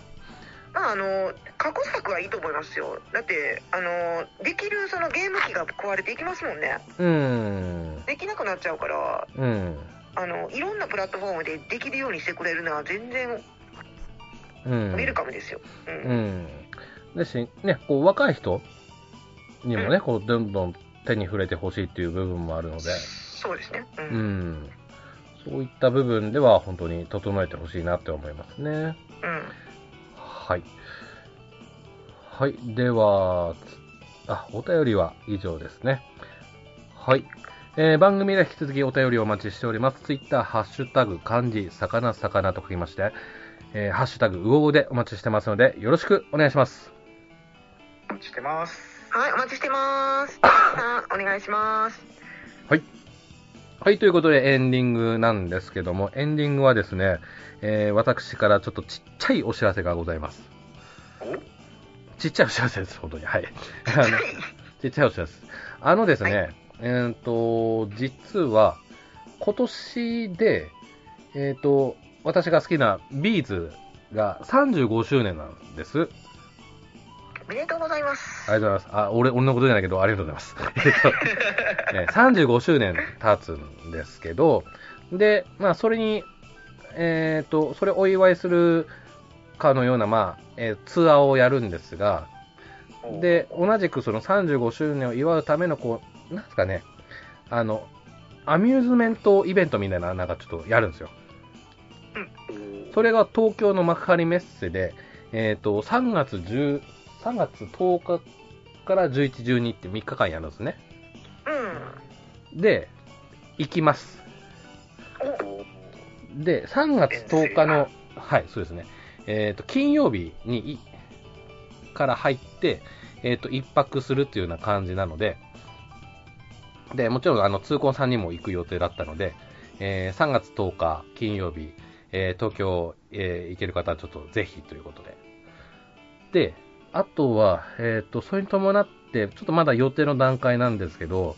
まああの過去作はいいと思いますよだってあのできるそのゲーム機が壊れていきますもんね
うん。
できなくなっちゃうから
うん。
あのいろんなプラットフォームでできるようにしてくれるのは全然
うん。
ウェルカムですよ、う
うんん。ですし、ね、こう、若い人にもね、
う
こう、どんどん手に触れてほしいっていう部分もあるので、
そうですね、うん
うん。そういった部分では、本当に整えてほしいなって思いますね。
うん
はい。はい。では、つあ、お便りは以上ですね。はい。えー番組では引き続きお便りをお待ちしております。ツイッター、ハッシュタグ、漢字、魚、魚と書きまして、えーハッシュタグ、うおうでお待ちしてますので、よろしくお願いします。
落ちてます
はいお待ちしてますさんお願いします
はい、ということでエンディングなんですけども、エンディングはですね、えー私からちょっとちっちゃいお知らせがございます。
お
ちっちゃいお知らせです、本当に。はい。あの ちっちゃいお知らせです。あのですね、えーっ、と、実は、今年で、えーっ、と、私が好きなビーズが35周年なんです。
おめでとうございます
ありがとうございます。あ、俺、俺のことじゃないけど、ありがとうございます。 えっとね35周年経つんですけど、で、まあ、それに、えっ、と、それをお祝いするかのような、まあ、えーツアーをやるんですが、
お
で、同じくその35周年を祝うための、こう、なんすかね、あの、アミューズメントイベントみたいな、なんかちょっとやるんですよ。それが東京の幕張メッセで、えっ、と、3月10、3月10日から11、12って3日間やるんですね。
う
で、行きます。
お
で、3月10日の、はい、そうですね。えっ、と、金曜日にい、から入って、えっ、と、一泊するっていうような感じなので、で、もちろん、あの、通行さんにも行く予定だったので、えー3月10日金曜日、えー東京、えー行ける方はちょっとぜひということで。で、あとは、えっ、と、それに伴って、ちょっとまだ予定の段階なんですけど、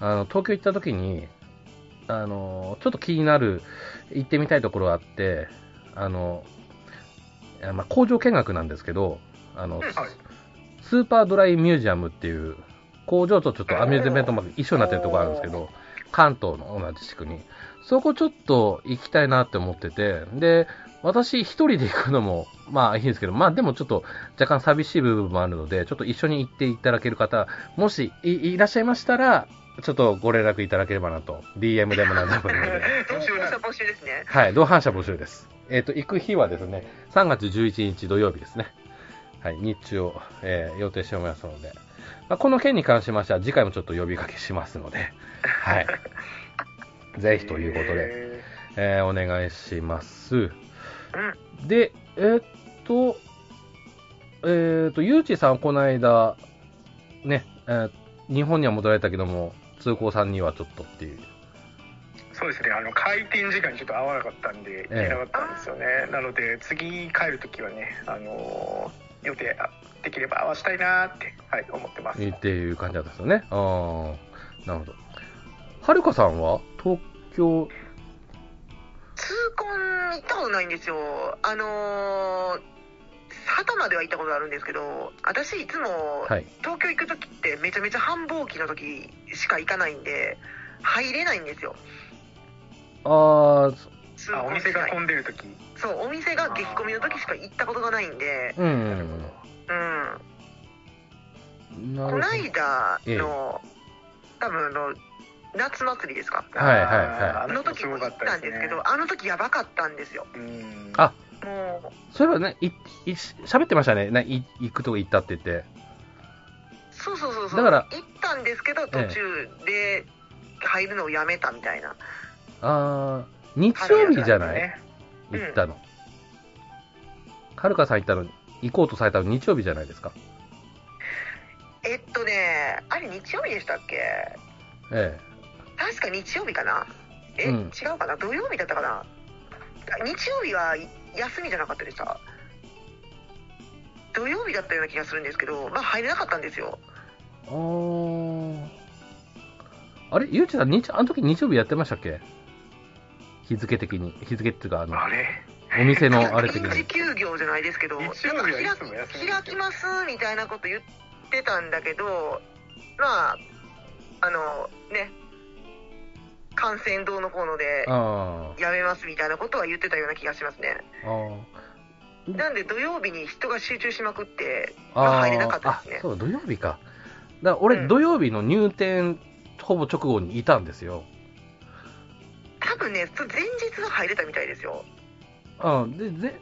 あの、東京行った時に、あの、ちょっと気になる、行ってみたいところがあって、あの、えーまあ、工場見学なんですけど、あの、
ん
はい
スーパードライミュージアムっていう、工場とちょっとアミューズメントマーク一緒になってるところあるんですけど、関東の同じ地区に。そこちょっと行きたいなって思ってて、で、私一人で行くのも、まあいいんですけど、まあでもちょっと若干寂しい部分もあるので、ちょっと一緒に行っていただける方、もしいいらっしゃいましたら、ちょっとご連絡いただければなと。DM でも何でもいいので。
ん
募集な
者
ん
募集ですね
はい、同伴者募集です。えっ、と、行く日はですね、3月11日土曜日ですね。はい、日中を、えー予定しておりますので、まあ、この件に関しましては次回もちょっと呼びかけしますので、はい。ぜひということで、
で
えーお願いします。
う
で、えーっと、えーっと、ゆうちさんこの間、ね、えー日本には戻られたけども、通行さんにはちょっとっていう。
そうですねあの開店時間にちょっと合わなかったんで行けなかったんですよね、なので次帰るときはねあのー予定あできれば合わせたいなーって、はい、思ってます
っていう感じだったんですよね。ああ、なるほど。はるかさんは東京、
痛恨行ったことないんですよあのー畑までは行ったことあるんですけど私いつも
はい。
東京行く時ってめちゃめちゃ繁忙期の時しか行かないんで入れないんですよ
ああ、
数
あお店が混んでる時
そうお店が激混みの時しか行ったことがないんで
うんうん
なるほど
うん
なるほ
こ
ど
ないだの、多分あの夏祭りですか
はいはい
あ
は
ー
の時も行ったんですけどあの時やばかったんですよ
うん
あ
も
いそういえばねいい喋ってましたねない行くとこ行ったって言って
うそうそうそうそ
だ
う
から
行ったんですけど途中で入るのをやめたみたいな、
ああ日曜日じゃない、
ね
うん
行ったのはるかさん行ったの行こうとされたの日曜日じゃないですか
えっとねあれ日曜日でしたっけ
え
確か日曜日かなえ、
うん
違うかな土曜日だったかな日曜日はい休みじゃなかったでした土曜日だったような気がするんですけどまあ入れなかったんですよ
えあーあれゆうちさん日あの時日曜日やってましたっけ日付的に日付っていうかあの
あれ
お店のあれ的
臨時
に
休業じゃないですけどなんか
日曜日はい
開
つも休みです
き
よ
開きますみたいなこと言ってたんだけどまああのね幹線道の方ので
あ
やめますみたいなことは言ってたような気がしますね
ーあ
なんで土曜日に人が集中しまくって
ああー
入れなかったですね
あそう土曜日かだから俺、
うん
土曜日の入店ほぼ直後にいたんですよ
多分ね、そ前日は入れたみたいですよ。
うんでぜ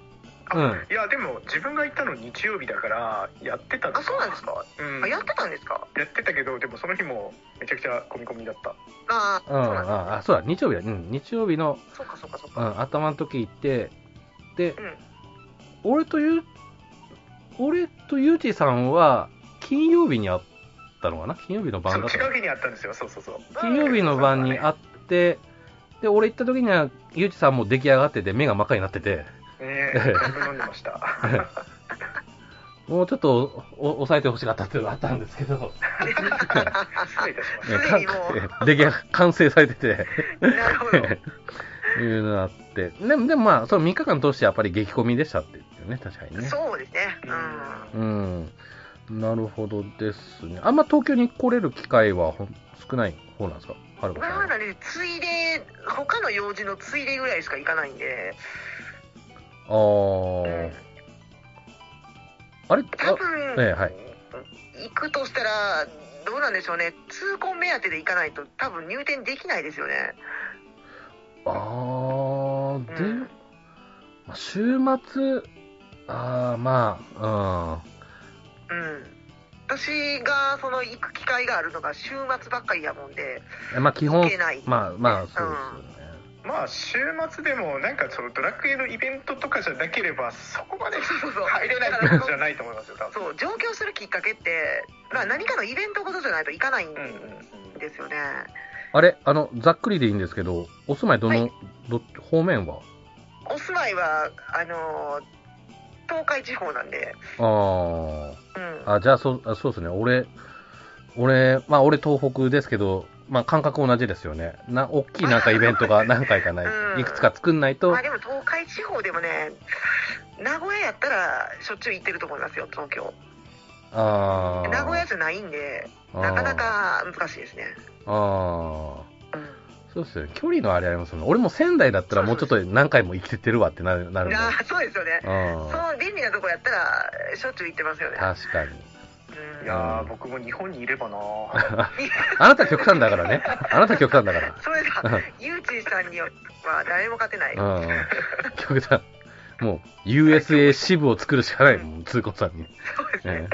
あ
うん
いやでも自分が行ったの日曜日だからやってたの
あ、そうなんですか。
うん
あ、やってたんですか。
やってたけどでもその日もめちゃくちゃ込み込みだった
あー、
うん
そうなんで
ああそうだ日曜日だうん日曜日の
す。そうか、そうか、そう
う
か。
ん、頭の時行って、で、
うん
俺とゆ、俺とゆうちさんは、金曜日に会ったのかな金曜日の
そ
晩
う
だった
近
の
くにあったんですよそうそうそう
金曜日の晩に会って、で、俺行った時には、ゆうちさんもう出来上がってて、目が真っ赤になってて、
ねえだいぶ飲んでました
もうちょっとおお抑えてほしかったっていうのがあったんですけど、
失礼いたしまし
すでにもう
出来上が完成されてて、
なるほ ど。
いうのがあって、でもでもまあ、その3日間通してやっぱり激混みでしたって言ってるね、確かにね。
そうですね。うん。
た
うん、なるほどですね。あんま東京に来れる機会はほん少ない方なんですか、はるかさ
ま
んは。
だね、ついで、他の用事のついでぐらいしか行かないんで。
あーあれ
多
あ、
分、
ええはい。
行くとしたら、どうなんでしょうね。通行目当てで行かないと、多分入店できないですよね。
あーで、
うん
まあ週末、ああ、まあ、
うん。私がその行く機会があるのが週末ばっかりやもんで、
うん。まあ基
行
本
け、ない。
まあまあ、そう
まあ週末でもなんかそのドラクエのイベントとかじゃなければそこまで
そうそうそう
入れないってことじゃないと思いますよ多分
そう上京するきっかけって、まあ、何かのイベントごとじゃないと行かないん
うんうんうん
ですよね、
ですよね。あれ、あの、ざっくりでいいんですけど、お住まいどの、
はい
ど方面は
お住まいはあのー東海地方なんで、
ああ。
うん、
あ、じゃあ、そう、あそうですね。俺、俺、まあ、俺東北ですけど、まあ、感覚同じですよね。な、大きいなんかイベントが何回かない、
うん
いくつか作んないと
まあ、でも東海地方でもね名古屋やったらしょっちゅう行ってると思いますよ東京
あー
名古屋じゃないんで
あー
なかなか難しいですね、
あ
うん
ーそうですよね。距離のあれありますよね。俺も仙台だったらもうちょっと何回も生きてってるわってなる、なるもん。
あーそうですよね
うん
その便利なとこやったらしょっちゅう行ってますよね、
確かに。
うん
いやー僕も日本にいればなー
あなた極端だからね。あなた極端だから。
それだ ゆうちーさんには誰も勝てない、
うん。極端。もう、USA 支部を作るしかないもん、通行さんに。
そうですね
ね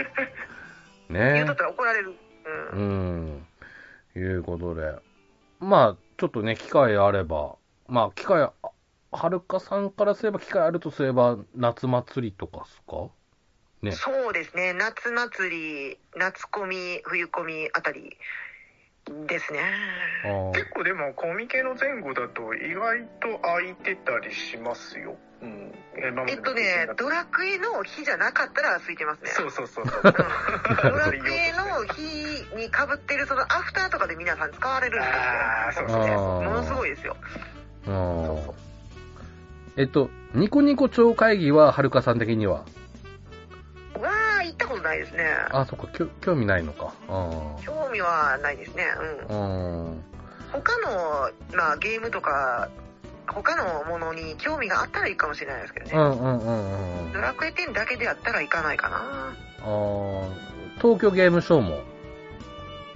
え。ねえ
言うとったら怒られる。う。
うんん。いうことで。まあ、ちょっとね、機会あれば、まあ、機会、あはるかさんからすれば、機会あるとすれば、夏祭りとかっすかね。
そうですね。夏祭り、夏コミ、冬コミあたりですね。
あー
結構でもコミケの前後だと意外と空いてたりしますようん今まで
えっ
の経
と
験
ね
だ、
ドラクエの日じゃなかったら空いてますね。
そうそうそうそう
うんドラクエの日にかぶってるそのアフターとかで皆さん使われるん
あー
です
そ
あ
うそう
よ。
ー
ものすごいですよ。
う
そ
ん
うそう
えっと、ニコニコ超会議は、はるかさん的には。
わー、行ったことないですね。
あ、そっか、きょ興味ないのか。あ
興味はないですね。うん
ーうん。
他の、まあ、ゲームとか他のものに興味があったらいいかもしれないですけどね、
うんうんうんうんうん
ドラクエ10だけでやったら行かないかな
あー東京ゲームショウも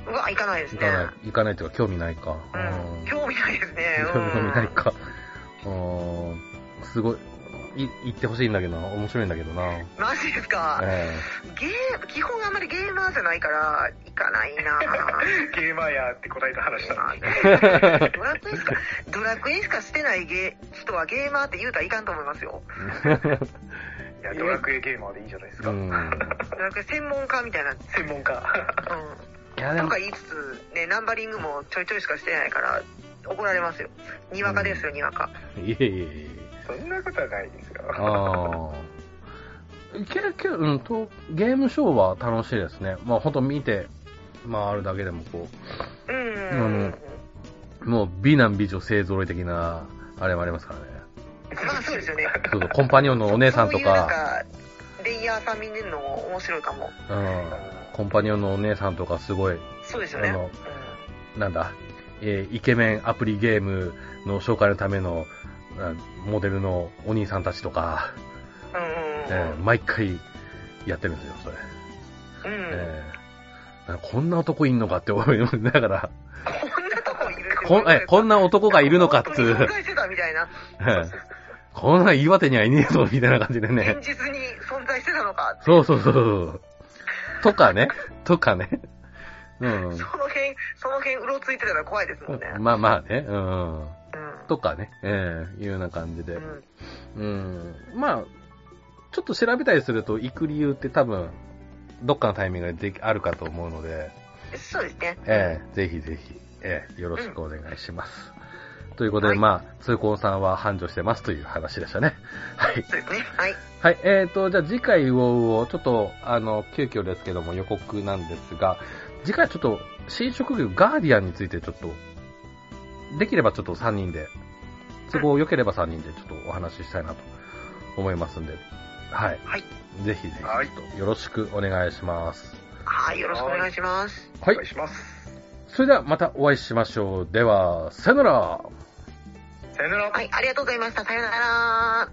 うわ行かないです
行
ね
かない、行かないというか興味ないか。
うん、興味ないですねうん
興味ないか。うん、すごい、い行ってほしいんだけどな、面白いんだけどな。
マジですか、
え
ゲーム基本あんまりゲーマーじゃないから行かないな
ゲーマーやってこないだ話したな。
ドラクエしかドラクエしかしてないゲー人はゲーマーって言うたらいかんと思いますよ
いや、ドラクエゲーマーでいいんじゃないです
えう
か。
ん。
ドラクエ専門家みたいな、うん、
専門家。
いや、で
と
も
か、言いつつねナンバリングもちょいちょいしかしてないから怒られますよにわかですよ、にわか
いえいえいえ。
そんなことはないですよ。
ああ。結局、うんと、ゲームショーは楽しいですね。まあ、ほんと見て、まあ、あるだけでもこ
うん、
うんう、もう美男美女勢揃い的な、あれもありますからね。
まあそうですよね
そうそう、コンパニオンのお姉さんと
そういうなん
か、
かレイヤーさん見れるのも面白いかも
うん、コンパニオンのお姉さんとかすごい、
そうですよね、
あの
うん
なんだ、えーイケメンアプリゲームの紹介のための、あモデルのお兄さんたちとか、えー
う
毎回やってるんですよ、それ。
んうんうんうん
えーなんかこんな男いんのかって思いながら、
こんなとこいる
こん、え、こんな男がいるのかっつ
本当に
う
紹、介してたみたいな。
えーこんな岩手にはいねえぞ、みたいな感じでね
現。実に存在してたのか。
そうそうそうそう。とかね、とかね。うん。
その辺、その辺うろついてたら怖いですもんね。
まあまあね、うん。
うん
とかね、ええいうような感じで。
うん
うん。まあ、ちょっと調べたりすると行く理由って多分、どっかのタイミングでできあるかと思うので、
そうですね。
ええぜひぜひ、ええよろしくお願いします。ということで、
はい
まあ、通行さんは繁盛してますという話でしたね。はい。
そうですね。はい。
はい、えーと、じゃあ次回を、ちょっと、あの、急遽ですけども予告なんですが、次回ちょっと、新職業ガーディアンについてちょっと、できればちょっと3人で、都合良ければ3人でちょっとお話ししたいなと思いますんで、はい。
はい
ぜひぜひ、ちょ
はい
っとよろしくお願いします。
はい。よろしくお願いします。
は
お願
い
い。します。
それではまたお会いしましょう。では、さよなら
さよなら。
はい。ありがとうございました。さようなら。